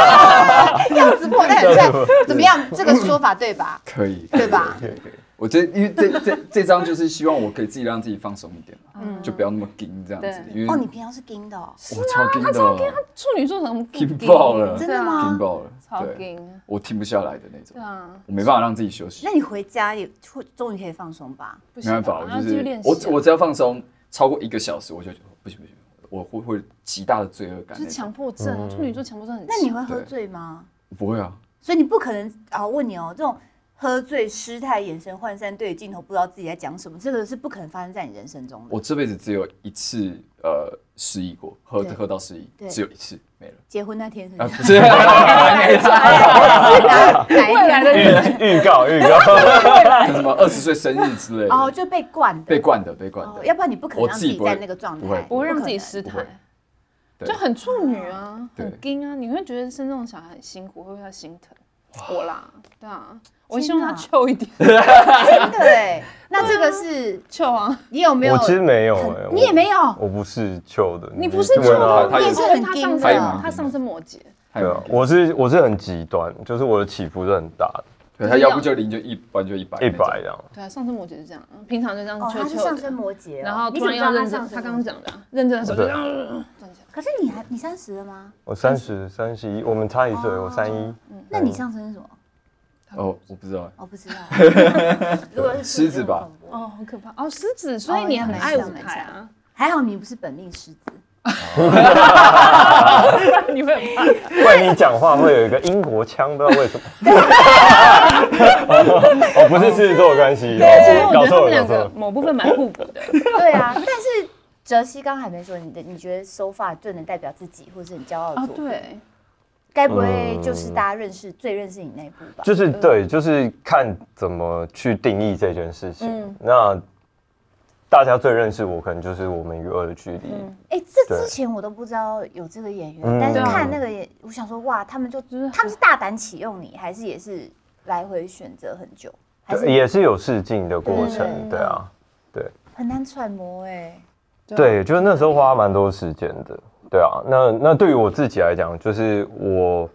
[SPEAKER 2] 要死不活但很帅，怎么样？这个说法对吧？
[SPEAKER 4] 可以，
[SPEAKER 2] 对吧
[SPEAKER 4] 可以？可以，可以我这因为这这这张就是希望我可以自己让自己放松一点嘛，
[SPEAKER 2] 嗯
[SPEAKER 4] 就不要那么紧这样子，
[SPEAKER 1] 对
[SPEAKER 4] 因为
[SPEAKER 2] 哦，你平常是硬的、哦，
[SPEAKER 4] 我超紧的哦，
[SPEAKER 1] 处女座怎么不
[SPEAKER 4] 紧
[SPEAKER 1] 硬
[SPEAKER 4] 爆了，
[SPEAKER 2] 真的吗
[SPEAKER 4] 紧爆了，
[SPEAKER 1] 啊超
[SPEAKER 4] 对，啊
[SPEAKER 1] 硬，
[SPEAKER 4] 我停不下来的那种
[SPEAKER 1] 对，啊，
[SPEAKER 4] 我没办法让自己休息
[SPEAKER 2] 那，你回家也会终于可以放松吧？
[SPEAKER 1] 不
[SPEAKER 4] 没
[SPEAKER 1] 行啊
[SPEAKER 4] 办法，我
[SPEAKER 1] 要
[SPEAKER 4] 就
[SPEAKER 1] 继续
[SPEAKER 4] 是
[SPEAKER 1] 练习啊
[SPEAKER 4] 我我只要放松超过一个小时，我就觉得不行不行，我会会有极大的罪恶感
[SPEAKER 1] 就
[SPEAKER 4] 那
[SPEAKER 1] 是强
[SPEAKER 4] 种，
[SPEAKER 1] 迫症啊，处女座强迫症很强，
[SPEAKER 2] 那你会喝
[SPEAKER 4] 对
[SPEAKER 2] 醉吗？
[SPEAKER 4] 我不会啊，
[SPEAKER 2] 所以你不可能啊！我问你哦，这种喝醉、失态、眼神涣散、对着镜头不知道自己在讲什么，这个是不可能发生在你人生中的。
[SPEAKER 4] 我这辈子只有一次呃失忆过，喝
[SPEAKER 2] 对
[SPEAKER 4] 喝到失忆
[SPEAKER 2] 对，
[SPEAKER 4] 只有一次没了。
[SPEAKER 2] 结婚那天是不哎
[SPEAKER 4] 啊，
[SPEAKER 2] 是
[SPEAKER 4] 不是，
[SPEAKER 2] 哪哪一天？
[SPEAKER 3] 预预告预告，
[SPEAKER 4] 什么二十岁生日之类
[SPEAKER 2] 哦，
[SPEAKER 4] 的，
[SPEAKER 2] 就被灌
[SPEAKER 4] 被
[SPEAKER 2] 的，
[SPEAKER 4] 灌的，被灌
[SPEAKER 2] 哦
[SPEAKER 4] 的，
[SPEAKER 2] 要不然你不可能
[SPEAKER 4] 我
[SPEAKER 2] 让
[SPEAKER 4] 自
[SPEAKER 2] 自
[SPEAKER 4] 己
[SPEAKER 2] 己
[SPEAKER 4] 不会
[SPEAKER 2] 在那个状
[SPEAKER 4] 不会
[SPEAKER 2] 态，
[SPEAKER 1] 不会让自己
[SPEAKER 2] 失。
[SPEAKER 1] 失
[SPEAKER 4] 不会
[SPEAKER 1] 态，
[SPEAKER 4] 对
[SPEAKER 1] 就很处女啊，
[SPEAKER 4] 对
[SPEAKER 1] 很硬啊，你会觉得生这种小孩很辛苦，会不会心疼？我啦，对啊，我
[SPEAKER 2] 天
[SPEAKER 1] 希望
[SPEAKER 2] 哪
[SPEAKER 1] 他臭一 点，
[SPEAKER 2] 啊 对，那这个是
[SPEAKER 1] 臭啊，
[SPEAKER 2] 你有没有
[SPEAKER 3] 我？其实没有哎，我
[SPEAKER 2] 你也没有，
[SPEAKER 3] 我不是旧的，
[SPEAKER 1] 你不是
[SPEAKER 3] 这么
[SPEAKER 1] 臭啊，
[SPEAKER 4] 他
[SPEAKER 1] 你
[SPEAKER 4] 也
[SPEAKER 1] 也
[SPEAKER 4] 是
[SPEAKER 1] 是
[SPEAKER 2] 很
[SPEAKER 1] 他
[SPEAKER 2] 硬
[SPEAKER 1] 上
[SPEAKER 4] 的
[SPEAKER 1] 升，他上升摩羯，
[SPEAKER 4] 太
[SPEAKER 3] 对
[SPEAKER 4] 猛
[SPEAKER 3] 啊
[SPEAKER 4] 了，
[SPEAKER 3] 我是我是很极端，就是我的起伏是很大的，
[SPEAKER 4] 对他要不就零就一，不然就一百，
[SPEAKER 3] 一百这样。
[SPEAKER 1] 对啊，上升摩羯是这样，平常就这样
[SPEAKER 2] 哦，
[SPEAKER 1] 臭
[SPEAKER 2] 他是上
[SPEAKER 1] 臭的，
[SPEAKER 2] 升摩羯哦，
[SPEAKER 1] 然后
[SPEAKER 2] 你
[SPEAKER 1] 突
[SPEAKER 2] 怎
[SPEAKER 1] 然
[SPEAKER 2] 么知
[SPEAKER 1] 要
[SPEAKER 2] 道
[SPEAKER 1] 认
[SPEAKER 2] 上
[SPEAKER 1] 真，
[SPEAKER 2] 升
[SPEAKER 1] 他刚刚讲的啊，认真的时候就这
[SPEAKER 3] 对
[SPEAKER 1] 样站起来，
[SPEAKER 2] 可是你还你三十了吗？
[SPEAKER 3] 我三十三十一，我们差一岁，我三一。
[SPEAKER 2] 那你上升是什么？
[SPEAKER 4] 哦，我不知道，
[SPEAKER 2] 我不知道。如果是
[SPEAKER 4] 狮子吧
[SPEAKER 2] 很恐怖，
[SPEAKER 1] 哦，好可怕哦，狮子，所以
[SPEAKER 2] 哦
[SPEAKER 1] 你
[SPEAKER 2] 也
[SPEAKER 1] 很
[SPEAKER 2] 蛮
[SPEAKER 1] 爱
[SPEAKER 2] 像
[SPEAKER 1] 舞
[SPEAKER 2] 蛮
[SPEAKER 1] 台
[SPEAKER 2] 像
[SPEAKER 1] 啊，
[SPEAKER 2] 还好你不是本命狮子。
[SPEAKER 1] 你会很怕，
[SPEAKER 3] 不然你讲话会有一个英国腔，不知道为什么。哦，不是狮子座的关系，
[SPEAKER 1] 其实
[SPEAKER 3] 哦
[SPEAKER 1] 我觉
[SPEAKER 3] 搞
[SPEAKER 1] 得他
[SPEAKER 3] 错
[SPEAKER 1] 们
[SPEAKER 3] 了，搞
[SPEAKER 1] 两
[SPEAKER 3] 错
[SPEAKER 1] 个
[SPEAKER 3] 了。
[SPEAKER 1] 某部分蛮互补 的，
[SPEAKER 2] 对啊， 但是哲熙刚刚还没说你的，你觉得手法最能代表自己，或是很骄傲的
[SPEAKER 3] 啊
[SPEAKER 1] 哦
[SPEAKER 2] 作品？，
[SPEAKER 1] 对，
[SPEAKER 2] 该不会就是大家认识、最认识你那一部
[SPEAKER 3] 嗯
[SPEAKER 2] 吧？
[SPEAKER 3] 就是对，就是看怎么去定义这件事情
[SPEAKER 1] 嗯。
[SPEAKER 3] 那大家最认识我，可能就是我们与恶的距离。
[SPEAKER 2] 哎、这
[SPEAKER 3] 对
[SPEAKER 2] 之前我都不知道有这个演员，
[SPEAKER 3] 嗯
[SPEAKER 2] 但是
[SPEAKER 3] 对啊
[SPEAKER 2] 看那个演，我想说哇，他们就
[SPEAKER 1] 就是
[SPEAKER 2] 他们是大胆启用你，还是也是来回选择很久，还
[SPEAKER 3] 对，
[SPEAKER 2] 是
[SPEAKER 3] 也是有试镜的过
[SPEAKER 2] 嗯
[SPEAKER 3] 程，对啊，
[SPEAKER 2] 很难揣摩哎、
[SPEAKER 3] 对，就是那时候花蛮多时间的，对啊。那那对于我自己来讲，就是我，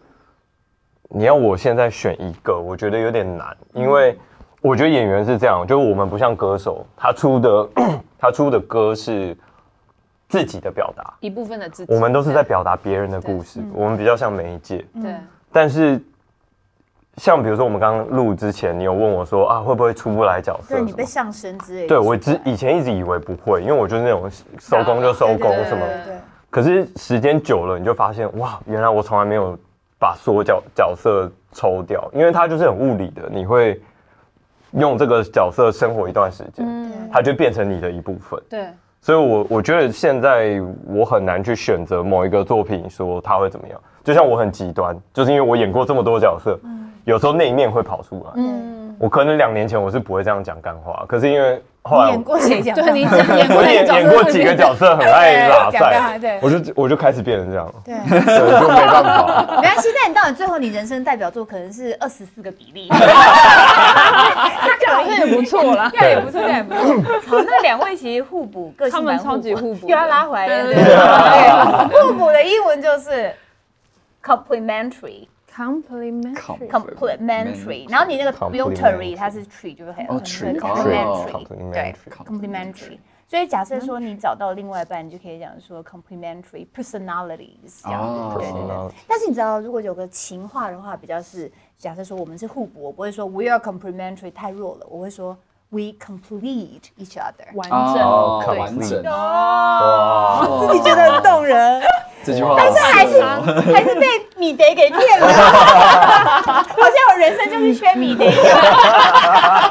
[SPEAKER 3] 你要我现在选一个，我觉得有点难，因
[SPEAKER 2] 嗯
[SPEAKER 3] 为我觉得演员是这样，就是我们不像歌手，他出的 他出的歌是自己的表达，
[SPEAKER 1] 一部分的自己，
[SPEAKER 3] 我们都是在表达别人的故
[SPEAKER 2] 嗯
[SPEAKER 3] 事，我们比较像媒介，
[SPEAKER 1] 对，
[SPEAKER 3] 但是。像比如说我们刚刚录之前，你有问我说啊会不会出不来角色
[SPEAKER 2] 对
[SPEAKER 3] 什么？
[SPEAKER 2] 你被上升之类的。
[SPEAKER 3] 对我之以前一直以为不会，因为我就是那种收工就收
[SPEAKER 2] 对对
[SPEAKER 3] 工
[SPEAKER 2] 啊对
[SPEAKER 3] 什么
[SPEAKER 2] 对对对
[SPEAKER 3] 可是时间久了，你就发现哇，原来我从来没有把所有角角色抽掉，因为它就是很物理的，你会用这个角色生活一段时间，
[SPEAKER 1] 嗯，
[SPEAKER 3] 它就变成你的一部分。
[SPEAKER 1] 对，
[SPEAKER 3] 所以我，我觉得现在我很难去选择某一个作品说它会怎么样。就像我很极端，就是因为我演过这么多角色，
[SPEAKER 2] 嗯
[SPEAKER 3] 有时候那一面会跑出来。
[SPEAKER 1] 嗯，
[SPEAKER 3] 我可能两年前我是不会这样讲干话，可是因为后
[SPEAKER 2] 你
[SPEAKER 3] 来我
[SPEAKER 2] 演过谁讲？
[SPEAKER 1] 对你讲演过
[SPEAKER 3] 我
[SPEAKER 1] 那
[SPEAKER 3] 演
[SPEAKER 1] 个角色
[SPEAKER 3] 演过几个角色，很爱拉
[SPEAKER 2] 对讲干话
[SPEAKER 3] 塞，
[SPEAKER 2] 对
[SPEAKER 3] 我就我就开始变成这样，
[SPEAKER 2] 对。
[SPEAKER 3] 对，我就没办法。
[SPEAKER 2] 没关系，那你到底最后你人生代表作可能是二十四个比例，
[SPEAKER 1] 这样这也不错啦，
[SPEAKER 2] 那也不错，那也不错。好，那两位其实互补，个性
[SPEAKER 1] 他们
[SPEAKER 2] 蛮
[SPEAKER 1] 超级互补
[SPEAKER 2] 又要拉回来了。
[SPEAKER 1] 对
[SPEAKER 2] 对
[SPEAKER 1] 对
[SPEAKER 2] 对对互补的英文就是 complementary。
[SPEAKER 1] compliment，
[SPEAKER 2] complementary，然后你那个
[SPEAKER 3] Complementary
[SPEAKER 2] beauty 它是 tree 就是很
[SPEAKER 4] 哦，tree，
[SPEAKER 3] 哦
[SPEAKER 2] complementary，对
[SPEAKER 4] Complementary
[SPEAKER 2] complementary。所以假设说你找到另外一半，你就可以讲说 complementary personalities 这样
[SPEAKER 4] 哦
[SPEAKER 2] 子，对对对。但是你知道，如果有个情话的话，比较是假设说我们是互补，我不会说 we are complementary 太弱了，我会说 we complete each other。
[SPEAKER 1] 完
[SPEAKER 4] 哦
[SPEAKER 1] 整，对
[SPEAKER 4] 完整，
[SPEAKER 2] 哦，自己觉得很动人，
[SPEAKER 4] 这句话，
[SPEAKER 2] 但是还是还是被米德给骗了，好像我人生就是缺米德一样，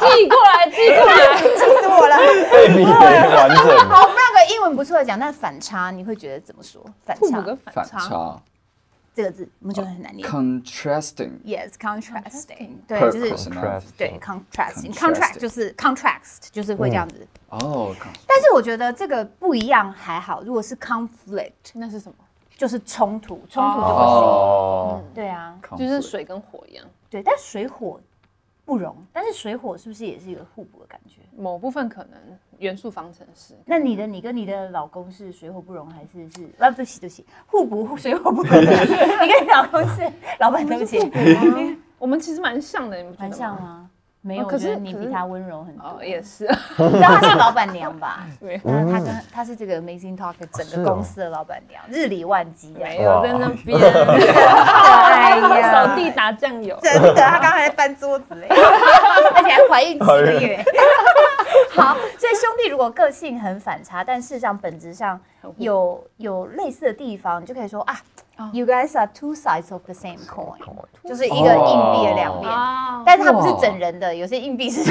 [SPEAKER 1] 寄过来，寄过来，
[SPEAKER 2] 气死我了。
[SPEAKER 3] 被你完整。
[SPEAKER 2] 好，我们那个英文不错的讲，但反差你会觉得怎么说？反
[SPEAKER 1] 互
[SPEAKER 2] 差
[SPEAKER 1] 补跟
[SPEAKER 4] 反
[SPEAKER 1] 反差，
[SPEAKER 4] 差
[SPEAKER 2] 这个字我们觉得很难念。
[SPEAKER 4] ，contrasting，
[SPEAKER 2] Yes, contrasting，对，
[SPEAKER 4] per
[SPEAKER 2] 就是
[SPEAKER 4] personality
[SPEAKER 2] 对 contrasting。
[SPEAKER 4] Contrasting
[SPEAKER 2] contract 就是 contrast，就是会这样子。
[SPEAKER 4] 哦，con-
[SPEAKER 2] 但是我觉得这个不一样还好，如果是 conflict，
[SPEAKER 1] 那是什么？
[SPEAKER 2] 就是冲突，冲突就会死。
[SPEAKER 3] 哦，
[SPEAKER 2] 对啊，
[SPEAKER 1] 就是水跟火一样，
[SPEAKER 2] 对，但水火不容，但是水火是不是也是一个互补的感觉？
[SPEAKER 1] 某部分可能元素方程式。
[SPEAKER 2] 那你的你跟你的老公是水火不容，还是是啊？对不起，对不起，互补水火不容。你跟你老公是老板，对不起，
[SPEAKER 1] 我们其实蛮像的，你不觉得
[SPEAKER 2] 蛮
[SPEAKER 1] 吗
[SPEAKER 2] 像？吗？没有，
[SPEAKER 1] 哦
[SPEAKER 2] 可
[SPEAKER 1] 可是
[SPEAKER 2] 是你比
[SPEAKER 1] 可是
[SPEAKER 2] 他温柔很多
[SPEAKER 1] 哦，。 也是，
[SPEAKER 2] 你知道她是老板娘 吧？
[SPEAKER 1] 没有
[SPEAKER 2] 她她跟她是这个 Amazing Talk 整
[SPEAKER 3] 是
[SPEAKER 2] 个
[SPEAKER 3] 嗯哦
[SPEAKER 2] 公司的老板娘，日理万机这样。
[SPEAKER 1] 没有在那边
[SPEAKER 2] 哎 呀
[SPEAKER 1] 扫地打酱油。
[SPEAKER 2] 真的，她刚才在搬桌子嘞， 而且还怀孕七个月。 好，所以兄弟如果个性很反差，但事实上本质上有有类似的地方，你就可以说啊，You guys are two sides of the same coin，就是一个硬币的两面。
[SPEAKER 1] 啊，
[SPEAKER 2] 但是它不是整人的，有些硬币 是
[SPEAKER 1] 都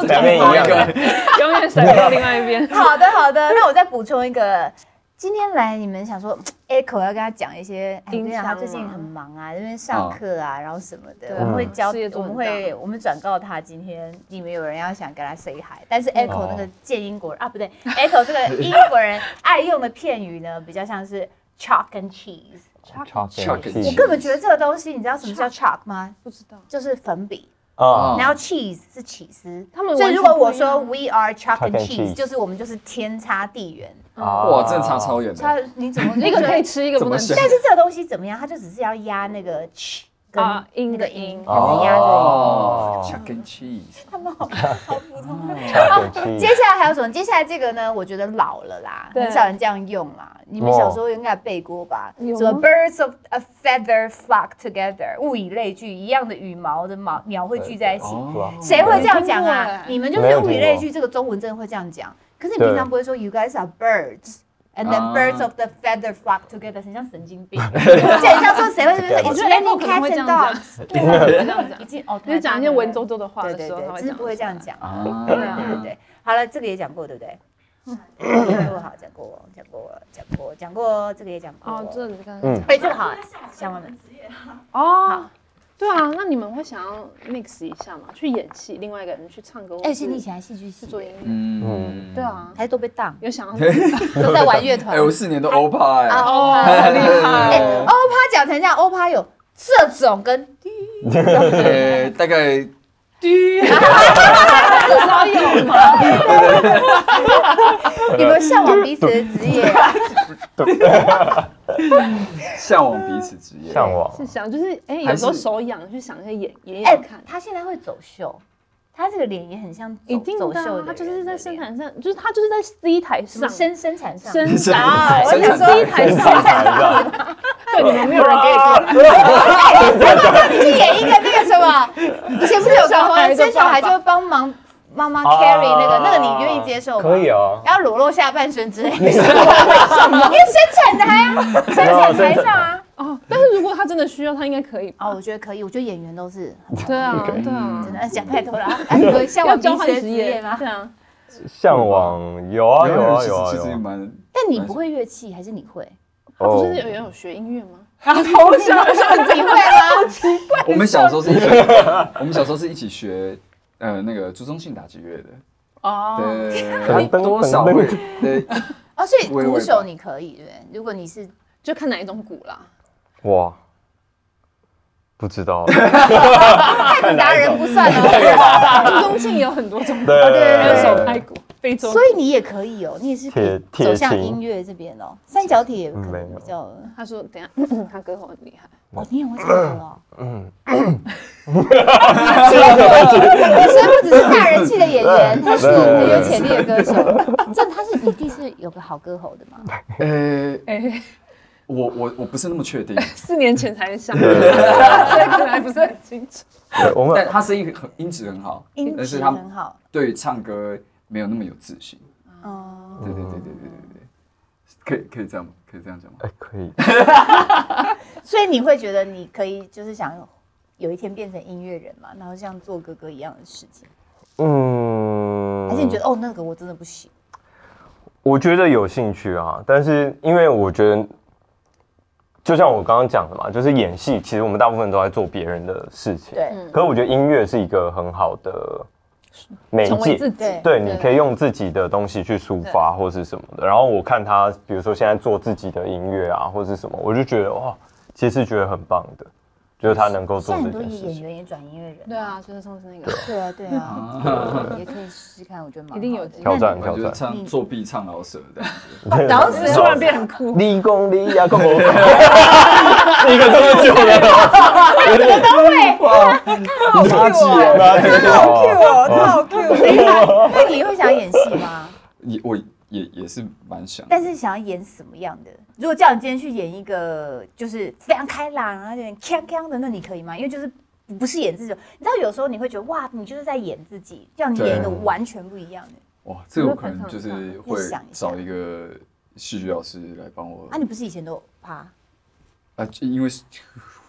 [SPEAKER 1] 是
[SPEAKER 3] 两面一
[SPEAKER 1] 同
[SPEAKER 3] 样
[SPEAKER 1] 一个，永远甩到另外一 边。
[SPEAKER 2] 好的，好的。 那我再补充一个，今天来你们想说，Echo 要跟他讲一些，哎，我跟你讲，他
[SPEAKER 1] 影响
[SPEAKER 2] 最近
[SPEAKER 1] 嘛
[SPEAKER 2] 很忙啊，这边上
[SPEAKER 4] 哦
[SPEAKER 2] 课啊，然后什么的，
[SPEAKER 1] 对
[SPEAKER 2] 我们会教
[SPEAKER 1] 事业，做
[SPEAKER 2] 我们
[SPEAKER 1] 很
[SPEAKER 2] 会，我们转告他，今天你们有人要想跟他 say hi，但是 Echo
[SPEAKER 3] 哦
[SPEAKER 2] 那个贱英国人啊，不对，Echo 这个英国人爱用的片语呢， 比较像是 chalk and cheese。
[SPEAKER 3] Chocolate
[SPEAKER 4] Chocolate
[SPEAKER 2] 我
[SPEAKER 3] cheese 啊
[SPEAKER 2] 根本觉得这个东西，你知道什么叫 chalk 吗？
[SPEAKER 1] 不知道，
[SPEAKER 2] 就是粉笔。
[SPEAKER 3] 啊
[SPEAKER 2] 然后 cheese 是起司，
[SPEAKER 1] 他们
[SPEAKER 2] 所以
[SPEAKER 1] 完全
[SPEAKER 2] 如果
[SPEAKER 1] 不
[SPEAKER 2] 我
[SPEAKER 1] 一样啊
[SPEAKER 2] 说 we are chalk
[SPEAKER 3] Chalk
[SPEAKER 2] and
[SPEAKER 3] and
[SPEAKER 2] cheese，
[SPEAKER 3] cheese
[SPEAKER 2] 就是我们就是天差地远。
[SPEAKER 4] 哇，真的差超远
[SPEAKER 2] 它
[SPEAKER 4] 的，
[SPEAKER 2] 你 怎么
[SPEAKER 1] 一个可以？吃，一个
[SPEAKER 4] 怎
[SPEAKER 1] 不
[SPEAKER 4] 么
[SPEAKER 1] 能吃
[SPEAKER 4] 选。
[SPEAKER 2] 但是这个东西怎么样？它就只是要压那个 ch 跟
[SPEAKER 1] 啊音
[SPEAKER 2] 那个
[SPEAKER 1] 的音
[SPEAKER 2] 音，还是压这个音。
[SPEAKER 3] 哦
[SPEAKER 4] c h i c k e n cheese，
[SPEAKER 2] 他们好好普通。
[SPEAKER 3] Chocolate
[SPEAKER 2] 哦接
[SPEAKER 3] cheese
[SPEAKER 2] 下来还有什么？接下来这个呢？我觉得老了啦，
[SPEAKER 1] 对
[SPEAKER 2] 很少人这样用啦。你们
[SPEAKER 3] 哦
[SPEAKER 2] 小时候应该有背过吧？
[SPEAKER 1] 有
[SPEAKER 2] 什么
[SPEAKER 1] 吗
[SPEAKER 2] birds of a feather flock together，物以类聚，一样的羽毛的毛鸟会聚在一起。
[SPEAKER 4] 哦
[SPEAKER 2] 谁会这样
[SPEAKER 1] 没听
[SPEAKER 2] 讲啊
[SPEAKER 1] 过哎？
[SPEAKER 2] 你们就是物以类聚，这个中文真的会这样讲。可是你平常不会说 “you guys are birds”。And then
[SPEAKER 4] 啊
[SPEAKER 2] birds of the feather flock together，很像神经病，就很像说谁会说
[SPEAKER 1] 我
[SPEAKER 2] It's
[SPEAKER 1] 觉得 Apple
[SPEAKER 2] raining
[SPEAKER 1] 可能
[SPEAKER 2] cats
[SPEAKER 1] 会这
[SPEAKER 2] and
[SPEAKER 1] 样讲
[SPEAKER 2] dogs，，
[SPEAKER 1] 对我会这样讲
[SPEAKER 2] 已，经哦，
[SPEAKER 1] 就是讲一些文绉绉的话
[SPEAKER 2] 对
[SPEAKER 1] 的
[SPEAKER 2] 对
[SPEAKER 1] 时候，他
[SPEAKER 2] 对，
[SPEAKER 1] 会
[SPEAKER 2] 只是不会这样讲。
[SPEAKER 4] 啊，
[SPEAKER 2] 对对对，好了，这个也讲过，对不对？讲
[SPEAKER 1] 嗯
[SPEAKER 2] 过好，讲过，讲过，讲过，讲过，这个也讲过。
[SPEAKER 1] 哦，这里刚刚
[SPEAKER 3] 嗯
[SPEAKER 2] 哎，这个好，想完了。
[SPEAKER 1] 哦，对啊，那你们会想要 mix 一下吗？去演戏，另外一个人去唱歌，
[SPEAKER 2] 哎，
[SPEAKER 1] 或
[SPEAKER 2] 而且
[SPEAKER 1] 是
[SPEAKER 2] 你以前还戏剧系
[SPEAKER 1] 去，做音乐，
[SPEAKER 4] 嗯，
[SPEAKER 1] 对，啊，
[SPEAKER 2] 还都被当，
[SPEAKER 1] 有想要
[SPEAKER 2] 都在玩乐团。
[SPEAKER 4] 哎，我四年都欧巴 哎，
[SPEAKER 2] 哦，
[SPEAKER 1] 很厉害，
[SPEAKER 2] 欧趴讲成这样，欧趴有这种跟
[SPEAKER 4] 呃，大概
[SPEAKER 1] 至少有嘛，
[SPEAKER 3] 啊
[SPEAKER 2] 有没有向往彼此的职业？
[SPEAKER 1] 啊
[SPEAKER 4] 向往彼此职业，
[SPEAKER 3] 上网
[SPEAKER 1] 是想就是哎，有
[SPEAKER 4] 还
[SPEAKER 1] 时候
[SPEAKER 4] 是
[SPEAKER 1] 手痒去想一些演演
[SPEAKER 2] 哎
[SPEAKER 1] 演看，。
[SPEAKER 2] 他现在会走秀，他这个脸也很像走
[SPEAKER 1] 一定
[SPEAKER 2] 走
[SPEAKER 1] 的
[SPEAKER 2] 秀
[SPEAKER 1] 啊，
[SPEAKER 2] 的
[SPEAKER 1] 他
[SPEAKER 2] 人
[SPEAKER 1] 就是在生
[SPEAKER 2] 的脸
[SPEAKER 1] 产上，就是他就是在 C 台
[SPEAKER 2] 什么
[SPEAKER 1] 上
[SPEAKER 2] 生生产上
[SPEAKER 1] 生
[SPEAKER 4] 生
[SPEAKER 1] 产，
[SPEAKER 4] 生产
[SPEAKER 1] 第一台上，对你们没有人给你
[SPEAKER 2] 你去演一个那个什么，以前不是有个吗？
[SPEAKER 1] 生小孩的
[SPEAKER 2] 生小孩就会帮忙妈妈 carry 那个，那个你愿意接受
[SPEAKER 3] 啊
[SPEAKER 2] 吗？
[SPEAKER 3] 可以。哦，
[SPEAKER 2] 要裸露下半身 之类的，为什么？因为生产台啊，生产台上啊。
[SPEAKER 1] 哦，但是如果他真的需要，他应该可以吧？
[SPEAKER 2] 哦，我觉得可以，我觉得演员都是很
[SPEAKER 1] 对啊，对啊，
[SPEAKER 2] 真的讲太多了啊。啊你们向
[SPEAKER 1] 要
[SPEAKER 2] 往彼
[SPEAKER 1] 交
[SPEAKER 2] 此
[SPEAKER 1] 换
[SPEAKER 2] 的
[SPEAKER 1] 职
[SPEAKER 2] 职
[SPEAKER 1] 业
[SPEAKER 2] 业吗？
[SPEAKER 1] 对啊，
[SPEAKER 3] 向往有啊有啊有啊
[SPEAKER 4] 其实
[SPEAKER 3] 有
[SPEAKER 4] 也
[SPEAKER 3] 啊，
[SPEAKER 4] 蛮
[SPEAKER 2] 但你不会乐器，还是你会？
[SPEAKER 1] 他
[SPEAKER 3] 哦
[SPEAKER 1] 不是有人有学音乐吗？
[SPEAKER 2] 我想说你会
[SPEAKER 1] 啊
[SPEAKER 2] 吗？
[SPEAKER 4] 我们小时候是一起， 我们小时候是一起学，呃，那个朱宗庆打击乐的，
[SPEAKER 1] 哦，
[SPEAKER 4] 对，多少会，对，
[SPEAKER 2] 哦，所以
[SPEAKER 4] 我也
[SPEAKER 2] 鼓
[SPEAKER 4] 会
[SPEAKER 2] 手
[SPEAKER 4] 吧
[SPEAKER 2] 你可以对不对？如果你是
[SPEAKER 1] 就看哪一种鼓啦。
[SPEAKER 3] 哇，不知道，
[SPEAKER 2] 达人不算哦。
[SPEAKER 1] 朱宗庆有很多种，
[SPEAKER 3] 对
[SPEAKER 1] 还有手
[SPEAKER 3] 对
[SPEAKER 1] 拍
[SPEAKER 3] 对，
[SPEAKER 1] 鼓、非洲鼓，
[SPEAKER 2] 所以你也可以哦，你也是可以
[SPEAKER 3] 铁
[SPEAKER 2] 走向
[SPEAKER 3] 铁嗯琴
[SPEAKER 2] 音乐这边哦。三角铁也可
[SPEAKER 3] 没
[SPEAKER 2] 能
[SPEAKER 3] 有
[SPEAKER 2] 比较，
[SPEAKER 1] 他说等一下 他歌喉很厉害，
[SPEAKER 2] 哦，你也会唱歌 哦。
[SPEAKER 3] 嗯，
[SPEAKER 2] 所以不只是大人气的 演员，他是
[SPEAKER 3] 对
[SPEAKER 2] 很
[SPEAKER 3] 对
[SPEAKER 2] 有潜力的歌手。这他是你弟是有个好歌喉的吗？
[SPEAKER 4] 呃，
[SPEAKER 1] 哎，
[SPEAKER 4] 我我我不是那么确定，
[SPEAKER 1] 四年前才想，所
[SPEAKER 3] 对对对
[SPEAKER 1] 以可能还不是很清楚。
[SPEAKER 3] 对我
[SPEAKER 4] 但
[SPEAKER 3] 们
[SPEAKER 4] 他声音很音质很好，
[SPEAKER 2] 音
[SPEAKER 4] 呃但是
[SPEAKER 2] 质
[SPEAKER 4] 他
[SPEAKER 2] 很好。
[SPEAKER 4] 对唱歌没有那么有自信，
[SPEAKER 2] 哦，
[SPEAKER 4] 对对对对对对对，可以可以这样吗？可以这样讲吗？
[SPEAKER 3] 哎可以，
[SPEAKER 2] 所以你会觉得你可以就是想有一天变成音乐人嘛，然后像做哥哥一样的事情，
[SPEAKER 3] 嗯，
[SPEAKER 2] 还是你觉得哦那个我真的不行？
[SPEAKER 3] 我觉得有兴趣啊，但是因为我觉得，就像我刚刚讲的嘛，就是演戏，其实我们大部分都在做别人的事情。。
[SPEAKER 2] 对，
[SPEAKER 3] 可是我觉得音乐是一个很好的媒
[SPEAKER 1] 成为
[SPEAKER 3] 介，
[SPEAKER 1] 自己
[SPEAKER 3] 对，
[SPEAKER 1] 对
[SPEAKER 3] 你可以用自己的东西去抒发或是什么的。然后我看他，比如说现在做自己的音乐啊，或是什么，我就觉得哇，其实是觉得很棒的，就是他能够
[SPEAKER 2] 现
[SPEAKER 3] 做
[SPEAKER 2] 在
[SPEAKER 3] 这
[SPEAKER 2] 很多
[SPEAKER 3] 件事
[SPEAKER 2] 演
[SPEAKER 3] 情。
[SPEAKER 2] 员也转音乐人，
[SPEAKER 1] 对啊，就是上次那个，
[SPEAKER 2] 对啊，对 啊，也可以试试看，我觉得蛮好的
[SPEAKER 1] 一定有机
[SPEAKER 3] 挑
[SPEAKER 1] 会。
[SPEAKER 3] 战
[SPEAKER 4] 我
[SPEAKER 3] 挑
[SPEAKER 4] 就是
[SPEAKER 3] 战，
[SPEAKER 4] 唱作弊唱老舍的，
[SPEAKER 2] 老死
[SPEAKER 1] 突然变很酷，
[SPEAKER 3] 立功立呀，啊跟我 一个这么久的，
[SPEAKER 4] 垃圾耶！
[SPEAKER 3] 那这个好啊
[SPEAKER 2] Q 哦，他好 Q。那你会想演戏吗？
[SPEAKER 4] 也我也也是蛮想，
[SPEAKER 2] 但是想要演什么样的？如果叫你今天去演一个就是非常开朗，然后有点锵锵的，那你可以吗？因为就是不是演自己，你知道有时候你会觉得哇，你就是在演自己，叫你演一个
[SPEAKER 4] 对
[SPEAKER 2] 完全不一样的。
[SPEAKER 4] 哇，这个我可能就是会
[SPEAKER 2] 你想一下
[SPEAKER 4] 找一个戏剧老师来帮我
[SPEAKER 2] 啊，你不是以前都 怕？
[SPEAKER 4] 啊，就因为是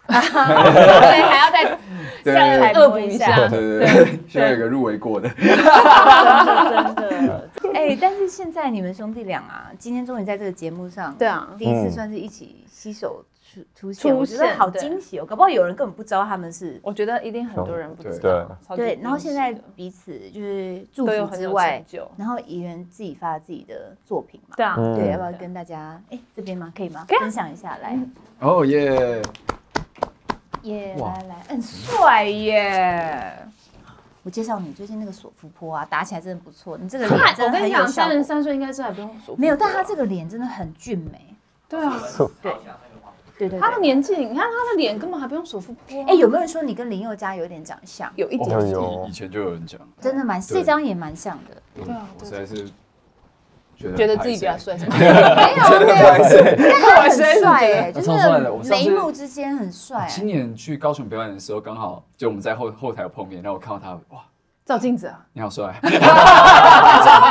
[SPEAKER 5] 所以还要再
[SPEAKER 4] 对
[SPEAKER 5] 再来
[SPEAKER 4] 对
[SPEAKER 5] 恶补一下。
[SPEAKER 4] 对对对， 需要有个入围过的，
[SPEAKER 2] 真 的。哎、但是现在你们兄弟俩啊，今天终于在这个节目上，
[SPEAKER 1] 对啊
[SPEAKER 2] 第一次
[SPEAKER 3] 嗯
[SPEAKER 2] 算是一起携手出出现，
[SPEAKER 1] 出
[SPEAKER 2] 我觉得
[SPEAKER 1] 现
[SPEAKER 2] 好
[SPEAKER 1] 对
[SPEAKER 2] 惊喜哦！搞不好有人根本不知道他们是。
[SPEAKER 1] 我觉得一定很多人不知
[SPEAKER 3] 对
[SPEAKER 1] 道。超级
[SPEAKER 2] 对，然后
[SPEAKER 1] 惊喜
[SPEAKER 2] 现在
[SPEAKER 1] 的
[SPEAKER 2] 彼此就是祝
[SPEAKER 1] 都有
[SPEAKER 2] 福
[SPEAKER 1] 很
[SPEAKER 2] 之
[SPEAKER 1] 有
[SPEAKER 2] 外
[SPEAKER 1] 成，就。
[SPEAKER 2] 然后怡园自己发自己的作品嘛，
[SPEAKER 1] 对啊，
[SPEAKER 3] 嗯
[SPEAKER 2] 对，要不要跟大家哎这边吗？可以吗？分享一下来，
[SPEAKER 4] 哦耶！
[SPEAKER 2] 耶，来来，很帅耶！我介绍你，最近那个索夫坡啊，打起来真的不错，你这个脸
[SPEAKER 1] 我
[SPEAKER 2] 真的
[SPEAKER 1] 跟
[SPEAKER 2] 很
[SPEAKER 1] 你
[SPEAKER 2] 有
[SPEAKER 1] 讲，
[SPEAKER 2] 效
[SPEAKER 1] 三十
[SPEAKER 2] 果。
[SPEAKER 1] 三岁应该是还不用说。
[SPEAKER 2] 没有，但他这个脸真的很俊美，
[SPEAKER 1] 对啊，
[SPEAKER 2] 对对。对
[SPEAKER 1] 他的年纪，你看他的脸根本还不用手腹部啊。
[SPEAKER 2] 哎，有没有人说你跟林宥嘉有点长相？
[SPEAKER 1] 有一 点
[SPEAKER 3] 哎
[SPEAKER 4] 以
[SPEAKER 3] 呦
[SPEAKER 4] 以前就有人讲，
[SPEAKER 2] 真的蛮，这张也蛮像 的。
[SPEAKER 4] 对啊，我实在是觉得
[SPEAKER 1] 觉得
[SPEAKER 4] 很啊
[SPEAKER 1] 自己比
[SPEAKER 4] 拍
[SPEAKER 1] 较
[SPEAKER 4] 摄，
[SPEAKER 1] 帅，
[SPEAKER 2] 没有，没
[SPEAKER 4] 不好意思
[SPEAKER 2] 但他很帅哎，就
[SPEAKER 4] 超帅的我
[SPEAKER 2] 是
[SPEAKER 4] 上
[SPEAKER 2] 眉
[SPEAKER 4] 次啊
[SPEAKER 2] 目之间很帅
[SPEAKER 4] 今
[SPEAKER 2] 哎。
[SPEAKER 4] 年去高雄表演的时候，刚好就我们在后后台有碰面，然后我看到他，哇，
[SPEAKER 1] 照镜子啊，
[SPEAKER 4] 你好帅！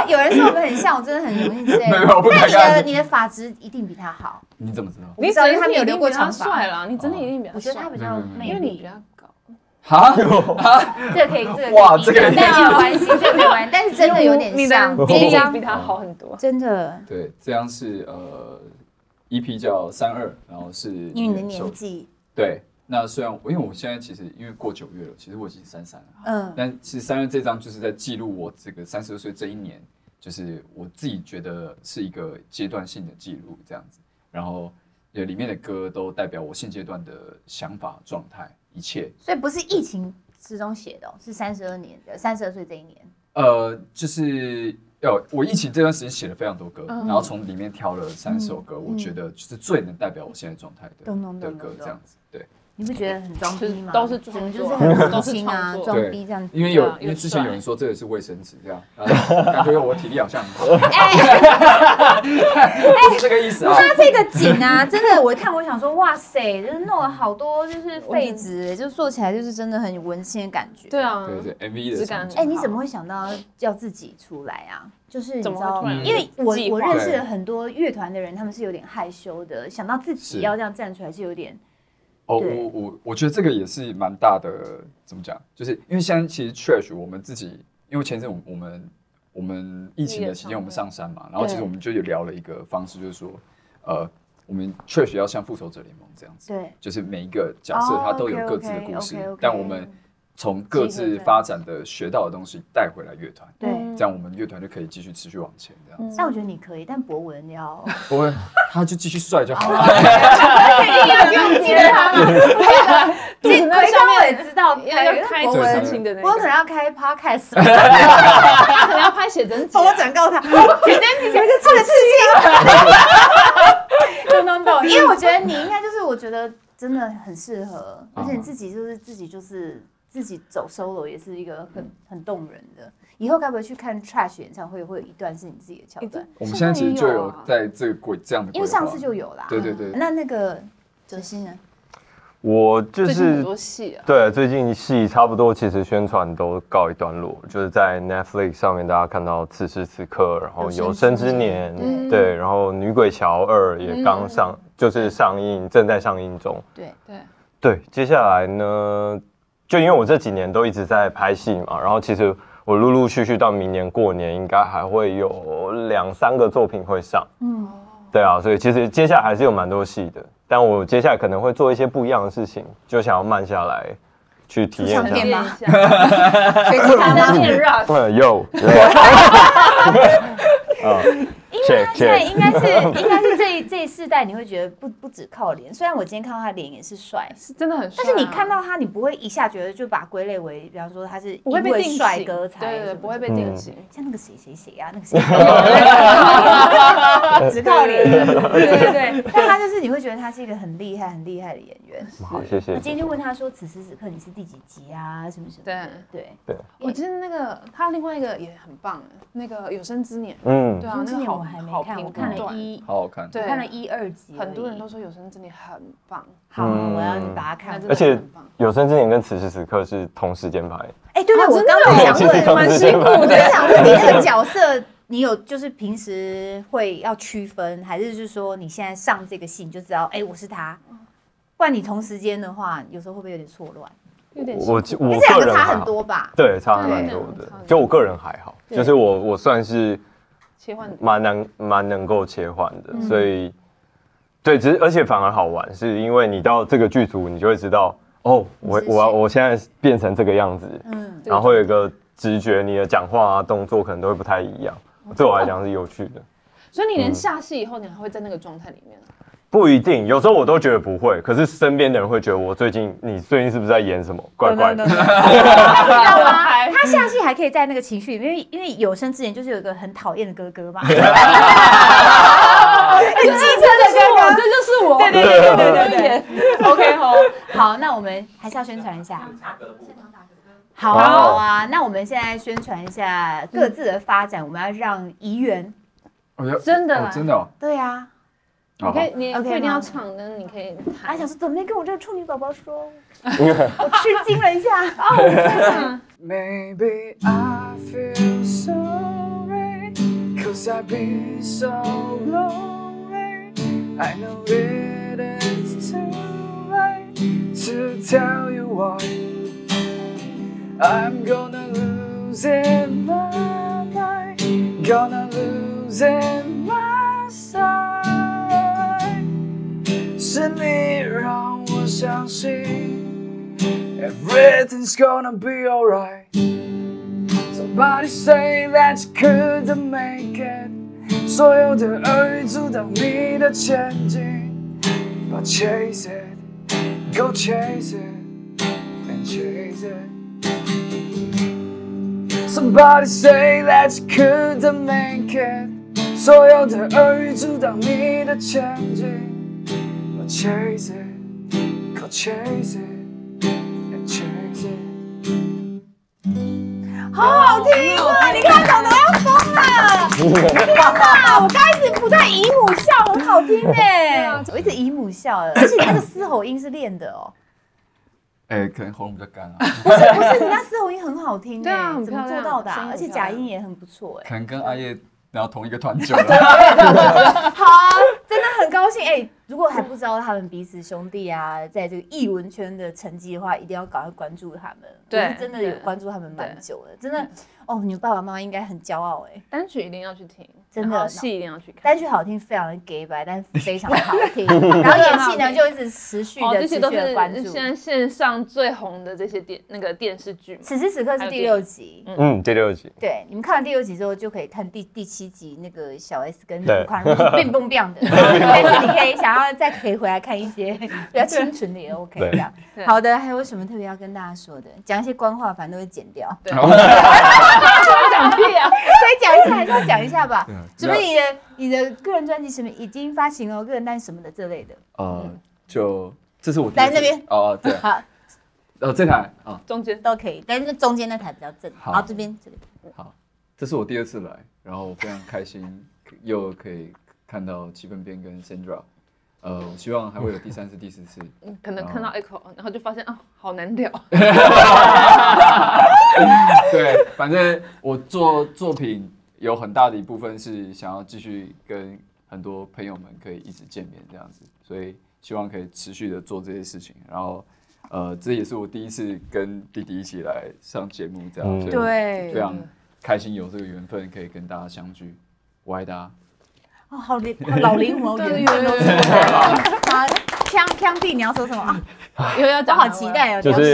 [SPEAKER 2] 有人说我们很像，我真的很容易这样。
[SPEAKER 4] 没有我不敢
[SPEAKER 2] 那你的
[SPEAKER 4] 看
[SPEAKER 2] 你的发质一定比他好，
[SPEAKER 4] 你怎 么知道？
[SPEAKER 2] 你知道因为他没有留过
[SPEAKER 1] 比他
[SPEAKER 2] 长发
[SPEAKER 1] 帅啦，你真的一定比他
[SPEAKER 2] 我觉得他
[SPEAKER 1] 帅
[SPEAKER 2] 比，较有
[SPEAKER 4] 没
[SPEAKER 2] 魅
[SPEAKER 1] 因为你比
[SPEAKER 2] 力。
[SPEAKER 1] 较高。
[SPEAKER 4] 哈，
[SPEAKER 2] 这个可以， 这个
[SPEAKER 4] 哇
[SPEAKER 2] 可以
[SPEAKER 4] 这个
[SPEAKER 2] 但没有关系，这个没有关系，但是真的有点
[SPEAKER 1] 你
[SPEAKER 2] 像
[SPEAKER 1] 的。
[SPEAKER 2] 这
[SPEAKER 1] 鼻
[SPEAKER 2] 一张
[SPEAKER 1] 梁比他好很多。
[SPEAKER 2] 真的，
[SPEAKER 4] 对，这张是呃，EP 叫三二，然后是
[SPEAKER 2] 因为你的
[SPEAKER 4] 手
[SPEAKER 2] 年纪，
[SPEAKER 4] 对。那虽然因为我现在其实因为过九月了，其实我已经三三了，
[SPEAKER 2] 嗯，
[SPEAKER 4] 但其实三二这张就是在记录我这个三十岁这一年，就是我自己觉得是一个阶段性的记录这样子。然后也里面的歌都代表我现阶段的想法、状态、一切。
[SPEAKER 2] 所以不是疫情之中写的哦，是三十二年的三十二岁这一年。
[SPEAKER 4] 呃，就是要我疫情这段时间写了非常多歌，然后从里面挑了三首歌，我觉得就是最能代表我现在状态的
[SPEAKER 2] 懂懂
[SPEAKER 4] 的
[SPEAKER 2] 懂
[SPEAKER 4] 歌
[SPEAKER 2] 懂
[SPEAKER 4] 这样子。对，
[SPEAKER 2] 你不觉得很装逼吗？
[SPEAKER 1] 就是都是
[SPEAKER 2] 整个
[SPEAKER 1] 创
[SPEAKER 2] 就
[SPEAKER 1] 作
[SPEAKER 2] 是很年
[SPEAKER 1] 都是
[SPEAKER 2] 轻啊，
[SPEAKER 1] 创作
[SPEAKER 2] 装
[SPEAKER 4] 对
[SPEAKER 2] 逼这样子。
[SPEAKER 4] 因为有
[SPEAKER 1] 对啊
[SPEAKER 4] 因为
[SPEAKER 1] 又
[SPEAKER 4] 之前
[SPEAKER 1] 帅
[SPEAKER 4] 有人说这个是卫生纸这 样，然后感觉我体力好像很好，哎 不是这个意思啊。
[SPEAKER 2] 他这个景 啊，真的，我看我想说，哇塞，就是弄了好多就是废纸，就是做起来就是真的很有文青的感觉。
[SPEAKER 1] 嗯对啊，
[SPEAKER 4] 对对，MV 的
[SPEAKER 1] 质感
[SPEAKER 4] 场景
[SPEAKER 2] 哎、你怎么会想到要自己出来啊？就是你知
[SPEAKER 1] 怎么会
[SPEAKER 2] 道
[SPEAKER 1] 突，然
[SPEAKER 2] 因为我
[SPEAKER 1] 计划
[SPEAKER 2] 我认识了很多乐团的人，他们是有点害羞的，想到自己要这样站出来是有点
[SPEAKER 4] 哦，
[SPEAKER 2] 对
[SPEAKER 4] 我我我觉得这个也是蛮大的，怎么讲？就是因为现在其实 trash 我们自己，因为前阵我我们我们疫情的期间我们上山嘛，然后其实我们就有聊了一个方式，就是说，呃，我们 trash 要像复仇者联盟这样子，
[SPEAKER 2] 对
[SPEAKER 4] 就是每一个角色
[SPEAKER 2] 哦
[SPEAKER 4] 它都有
[SPEAKER 2] OK，
[SPEAKER 4] 各自的故事
[SPEAKER 2] OK，OK，OK
[SPEAKER 4] 但我们从各自发展的学到的东西带回来乐团，
[SPEAKER 2] 对。
[SPEAKER 1] 嗯
[SPEAKER 4] 这样我们乐团就可以继续持续往前这样。
[SPEAKER 2] 但我觉得你可以，但博文 要
[SPEAKER 4] 不会，他就继续帅就好了。
[SPEAKER 2] 记得他吗？这葵刚我也知道，
[SPEAKER 1] 要要开
[SPEAKER 2] 博
[SPEAKER 1] 做
[SPEAKER 2] 文
[SPEAKER 1] 事情的那
[SPEAKER 2] 我可能
[SPEAKER 1] 个，
[SPEAKER 2] 要开 podcast，了
[SPEAKER 1] 他可能要拍写真集啊，
[SPEAKER 2] 我转告他，姐姐你讲这个事 情，懂懂懂，因为我觉得你应该就是，我觉得真的很适合，而且你自己就是自己就是自己走 solo 也是一个很很动人的。以后该不会去看 Trash 演唱会，会有一段是你自己的桥段？
[SPEAKER 4] 我们现在其实就有在这个规这样的规划，
[SPEAKER 2] 因为上次就有啦。啊嗯
[SPEAKER 4] 对对对
[SPEAKER 2] 那那个哲欣呢？
[SPEAKER 3] 我就
[SPEAKER 1] 最近很
[SPEAKER 3] 是
[SPEAKER 1] 多戏啊，
[SPEAKER 3] 对，最近戏差不多，其实宣传都告一段落，就是在 Netflix 上面大家看到《此时此刻》，然后《有生之年》
[SPEAKER 1] 年
[SPEAKER 3] 对，然后《女鬼桥二》也刚上，就是上映，正在上映中。
[SPEAKER 2] 对
[SPEAKER 1] 对，
[SPEAKER 3] 对，接下来呢，就因为我这几年都一直在拍戏嘛，然后其实我陆陆续续到明年过年，应该还会有两三个作品会上。
[SPEAKER 2] 嗯，
[SPEAKER 3] 对啊，所以其实接下来还是有蛮多戏的，但我接下来可能会做一些不一样的事情，就想要慢下来去体验一
[SPEAKER 2] 想
[SPEAKER 3] 下
[SPEAKER 2] 变。
[SPEAKER 1] 练
[SPEAKER 2] 吗
[SPEAKER 1] 一下，
[SPEAKER 2] 学吉他
[SPEAKER 1] 在
[SPEAKER 2] 吗？
[SPEAKER 1] 练 rock，
[SPEAKER 3] 对， 有。啊，check
[SPEAKER 2] 现在
[SPEAKER 3] check，
[SPEAKER 2] 应该 是应该是这一这一世代，你会觉得不不只靠脸。虽然我今天看到他脸也是帅，
[SPEAKER 1] 是真的很帅
[SPEAKER 2] 但
[SPEAKER 1] 啊。
[SPEAKER 2] 是你看到他，你不会一下觉得就把归类为，比方说他是
[SPEAKER 1] 不会
[SPEAKER 2] 因
[SPEAKER 1] 被
[SPEAKER 2] 为
[SPEAKER 1] 定
[SPEAKER 2] 帅
[SPEAKER 1] 型
[SPEAKER 2] 哥才
[SPEAKER 1] 对对
[SPEAKER 2] 什
[SPEAKER 1] 对，
[SPEAKER 2] 么
[SPEAKER 1] 不会被
[SPEAKER 3] 嗯
[SPEAKER 1] 定型。
[SPEAKER 2] 像那个谁谁谁呀，那个谁 谁，只靠脸，对对对。但他就是你会觉得他是一个很厉害、很厉害的演员。
[SPEAKER 3] 好，谢
[SPEAKER 2] 我
[SPEAKER 3] 谢。
[SPEAKER 2] 今天就问他说，此时此刻你是第几集啊？什么什么的？对
[SPEAKER 1] 我记得那个他另外一个也很棒，那个有生之年，
[SPEAKER 3] 嗯
[SPEAKER 1] 对，啊，
[SPEAKER 2] 之
[SPEAKER 1] 那
[SPEAKER 2] 前
[SPEAKER 1] 个好
[SPEAKER 2] 我还没
[SPEAKER 1] 好
[SPEAKER 2] 看，
[SPEAKER 1] 评
[SPEAKER 2] 我看了
[SPEAKER 1] 断
[SPEAKER 2] 一，
[SPEAKER 4] 好好看。
[SPEAKER 2] 我
[SPEAKER 1] 对
[SPEAKER 2] 看了一二集而已。
[SPEAKER 1] 很多人都说有生之年很棒，
[SPEAKER 2] 好，我要去把它
[SPEAKER 1] 那
[SPEAKER 2] 看
[SPEAKER 1] 真的
[SPEAKER 2] 完
[SPEAKER 3] 而且
[SPEAKER 1] 很棒。
[SPEAKER 3] 有生之年跟此时此刻是同时间拍，
[SPEAKER 2] 哎，对对，
[SPEAKER 1] 啊
[SPEAKER 2] 我刚
[SPEAKER 1] 真
[SPEAKER 2] 刚
[SPEAKER 1] 的哦
[SPEAKER 2] 想
[SPEAKER 3] 其实
[SPEAKER 2] 问，
[SPEAKER 3] 同时间
[SPEAKER 2] 我
[SPEAKER 3] 拍。
[SPEAKER 2] 就想问你那个角色，你有就是平时会要区分，还是就是说你现在上这个戏你就知道，哎，我是他。不然你同时间的话，有时候会不会有点错乱？
[SPEAKER 1] 有点
[SPEAKER 3] 我我
[SPEAKER 1] 辛苦
[SPEAKER 2] 因
[SPEAKER 3] 我
[SPEAKER 2] 为这
[SPEAKER 3] 个
[SPEAKER 2] 两个
[SPEAKER 3] 人
[SPEAKER 2] 差
[SPEAKER 3] 还
[SPEAKER 2] 很
[SPEAKER 3] 好，
[SPEAKER 2] 多吧？
[SPEAKER 3] 对，差还蛮多
[SPEAKER 1] 对
[SPEAKER 3] 的
[SPEAKER 1] 差很。多
[SPEAKER 3] 就我个人还好，就是我我算是
[SPEAKER 1] 切换
[SPEAKER 3] 蛮能蛮能够切换的，
[SPEAKER 2] 嗯
[SPEAKER 3] 所以对，只是而且反而好玩，是因为你到这个剧组，你就会知道哦，我
[SPEAKER 2] 你是
[SPEAKER 3] 我要
[SPEAKER 2] 谁
[SPEAKER 3] 我现在变成这个样子，
[SPEAKER 2] 嗯，
[SPEAKER 3] 然后会有一个直觉，你的讲话啊动作可能都会不太一样，对我来讲是有趣的。
[SPEAKER 1] 所以你
[SPEAKER 3] 嗯
[SPEAKER 1] 连下戏以后，你还会在那个状态里面。啊
[SPEAKER 3] 不一定，有时候我都觉得不会，可是身边的人会觉得我最近你最近是不是在演什么怪怪的？
[SPEAKER 2] 你知道吗？他下戏还可以在那个情绪里面，因为因为有生之年就是有一个很讨厌的哥哥嘛，很机车的哥哥，
[SPEAKER 1] 这就是我，
[SPEAKER 2] 对对对对对对 OK 好，好，那我们还是要宣传一下。好啊，好啊，那我们现在宣传一下各自的发展，我们要让怡园。
[SPEAKER 4] 哦要
[SPEAKER 1] 真的
[SPEAKER 4] 哦
[SPEAKER 1] 啦
[SPEAKER 4] 真的哦。
[SPEAKER 2] 对啊，
[SPEAKER 1] 你
[SPEAKER 4] 好
[SPEAKER 1] 可以，你
[SPEAKER 2] OK
[SPEAKER 1] 不一定要
[SPEAKER 2] 吗
[SPEAKER 1] 唱，但是你可以
[SPEAKER 2] 还
[SPEAKER 1] 弹。
[SPEAKER 2] 想说怎么没跟我这个处女宝宝说，我吃惊了一下。
[SPEAKER 4] Maybe I feel sorry, cause I've been so lonely. I know it is too late to tell you why. I'm gonna lose in my mind, gonna lose in my sight. 是你让我相信。Everything's gonna be alright. Somebody say that you couldn't make it. 所有的恶意阻挡你的前进。But chase it, go chase it, and chase it. Somebody say that you couldn't make it. 所有的恶意阻挡你的前进。But chase it, go chase it. and chase it.
[SPEAKER 2] 好好听啊！你看，小龙要疯了，天哪！我刚开始不太姨母笑，很好听哎，我一直姨母笑欸 的，而且你那个嘶吼音是练的哦，
[SPEAKER 4] 哎、可能喉咙比较干啊，
[SPEAKER 2] 不是不是，你那嘶吼音很好听
[SPEAKER 1] 对啊
[SPEAKER 2] 哎，
[SPEAKER 1] 很
[SPEAKER 2] 怎么
[SPEAKER 1] 漂
[SPEAKER 2] 做
[SPEAKER 1] 亮
[SPEAKER 2] 到的啊
[SPEAKER 1] 声？音
[SPEAKER 2] 而
[SPEAKER 1] 很
[SPEAKER 2] 且
[SPEAKER 1] 漂
[SPEAKER 2] 假
[SPEAKER 1] 亮
[SPEAKER 2] 音也很不错哎。
[SPEAKER 4] 可能跟阿叶然后同一个团久了。
[SPEAKER 2] 好啊，真的很高兴哎！如果还不知道他们彼此兄弟啊，在这个艺文圈的成绩的话，一定要赶快关注他们。
[SPEAKER 1] 对
[SPEAKER 2] 我是真的有
[SPEAKER 1] 对
[SPEAKER 2] 关注他们蛮
[SPEAKER 1] 对
[SPEAKER 2] 久的，真的哦，你们爸爸妈妈应该很骄傲哎。
[SPEAKER 1] 单曲一定要去听，
[SPEAKER 2] 真的
[SPEAKER 1] 然后戏一定要去看。
[SPEAKER 2] 单曲好听，非常的 gay 白，但非常的好 听。然后演戏呢，就一直持续
[SPEAKER 1] 哦，这
[SPEAKER 2] 的、持
[SPEAKER 1] 些
[SPEAKER 2] 续
[SPEAKER 1] 都
[SPEAKER 2] 的
[SPEAKER 1] 是
[SPEAKER 2] 关注
[SPEAKER 1] 现。在线上最红的这些电那个电视剧嘛。
[SPEAKER 2] 此时此刻是第六集，
[SPEAKER 3] 嗯，第六集，
[SPEAKER 2] 对，你们看完第六集之后，就可以看第第七集那个小 S 跟
[SPEAKER 3] 对
[SPEAKER 2] 吴宽如变蹦变的，但是你可以想要再可以回来看一些比较清纯的也 OK
[SPEAKER 3] 对
[SPEAKER 2] 这样
[SPEAKER 1] 对。
[SPEAKER 2] 好的，还有什么特别要跟大家说的？讲一些官话，反正都会剪掉。
[SPEAKER 1] 对，讲屁啊！
[SPEAKER 2] 所以讲一下还是要讲一下吧。什么
[SPEAKER 4] 那
[SPEAKER 2] 你的你的个人专辑什么已经发行了，个人单什么的这类的。
[SPEAKER 4] 呃，就这是我第一
[SPEAKER 2] 来
[SPEAKER 4] 次
[SPEAKER 2] 那边
[SPEAKER 4] 哦， 对，
[SPEAKER 2] 好，
[SPEAKER 4] 呃，这台啊，
[SPEAKER 1] 中间
[SPEAKER 2] 都可以，但是中间那台比较正。
[SPEAKER 4] 好
[SPEAKER 2] 好，这边这个。
[SPEAKER 4] 这是我第二次来，然后我非常开心，又可以看到七分边跟 Sandra，呃，我希望还会有第三次、第四次。
[SPEAKER 1] 嗯可能看到 echo，然后就发现啊，好难 聊。
[SPEAKER 4] 对，反正我做作品有很大的一部分是想要继续跟很多朋友们可以一直见面这样子，所以希望可以持续的做这些事情。然后，呃，这也是我第一次跟弟弟一起来上节目这样，
[SPEAKER 3] 嗯
[SPEAKER 4] 所以
[SPEAKER 2] 对
[SPEAKER 4] 非常开心有这个缘分可以跟大家相聚。我爱大家，
[SPEAKER 2] 哦，好灵，好老灵魂，我觉得
[SPEAKER 1] 对
[SPEAKER 2] 缘分都出来了。好，腔腔弟，你要说什么？啊
[SPEAKER 1] 有要
[SPEAKER 2] 我
[SPEAKER 1] 讲
[SPEAKER 2] 好
[SPEAKER 1] 韩
[SPEAKER 2] 期
[SPEAKER 1] 文，
[SPEAKER 2] 待 哦，
[SPEAKER 3] 就
[SPEAKER 2] 屌丝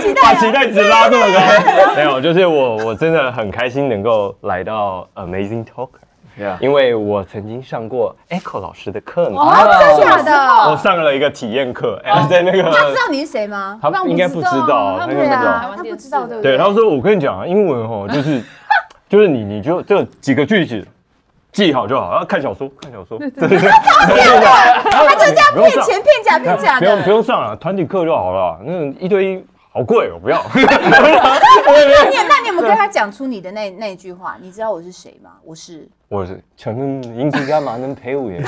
[SPEAKER 3] 是，把期待值拉这么高，没有，就是我我真的很开心能够来到 Amazing Talker，
[SPEAKER 4] Yeah
[SPEAKER 3] 因为我曾经上过 Echo 老师的课嘛，
[SPEAKER 2] 真的假的？
[SPEAKER 3] 我上了一个体验课，哎，在那
[SPEAKER 2] 他知
[SPEAKER 3] 个
[SPEAKER 2] 道你是谁吗？
[SPEAKER 3] 他应该不知道，
[SPEAKER 1] 他
[SPEAKER 3] 他
[SPEAKER 1] 们
[SPEAKER 3] 应该
[SPEAKER 2] 对
[SPEAKER 3] 不知道
[SPEAKER 2] 啊
[SPEAKER 1] 台，
[SPEAKER 2] 他
[SPEAKER 1] 湾
[SPEAKER 2] 不
[SPEAKER 1] 电视
[SPEAKER 2] 知道对不
[SPEAKER 3] 对，他说我跟你讲啊，英文哦，就是就是你你就这几个句子记好就好，然后看小说，看小说，对对对，他就这样
[SPEAKER 2] 骗钱骗假骗假
[SPEAKER 3] 不用不
[SPEAKER 2] 的，
[SPEAKER 3] 用上了，团体课就好了，那一对一好贵哦，不要。
[SPEAKER 2] 那你那你有没有跟他讲出你的那那句话？你知道我是谁吗？我是
[SPEAKER 3] 我是承认英子干嘛能陪我耶？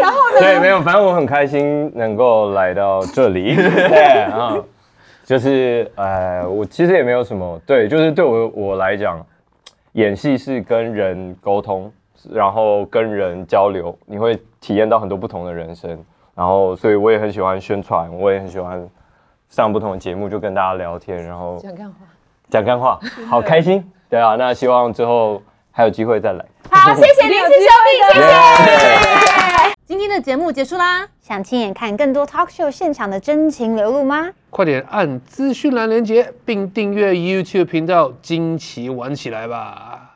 [SPEAKER 2] 然后
[SPEAKER 3] 对，没有，反正我很开心能够来到这 里。对啊、嗯就是呃，我其实也没有什么，对，就是对我我来讲，演戏是跟人沟通，然后跟人交流，你会体验到很多不同的人生。然后，所以我也很喜欢宣传，我也很喜欢上不同的节目，就跟大家聊天，然后
[SPEAKER 1] 讲干话。
[SPEAKER 3] 讲干话，好开心。对啊，那希望之后还有机会再来。
[SPEAKER 2] 好，谢谢林志兄弟，谢谢。
[SPEAKER 6] 今天的节目结束啦，
[SPEAKER 7] 想亲眼看更多 talk show 现场的真情流露吗？
[SPEAKER 8] 快点按资讯栏连接，并订阅 YouTube 频道，惊奇玩起来吧！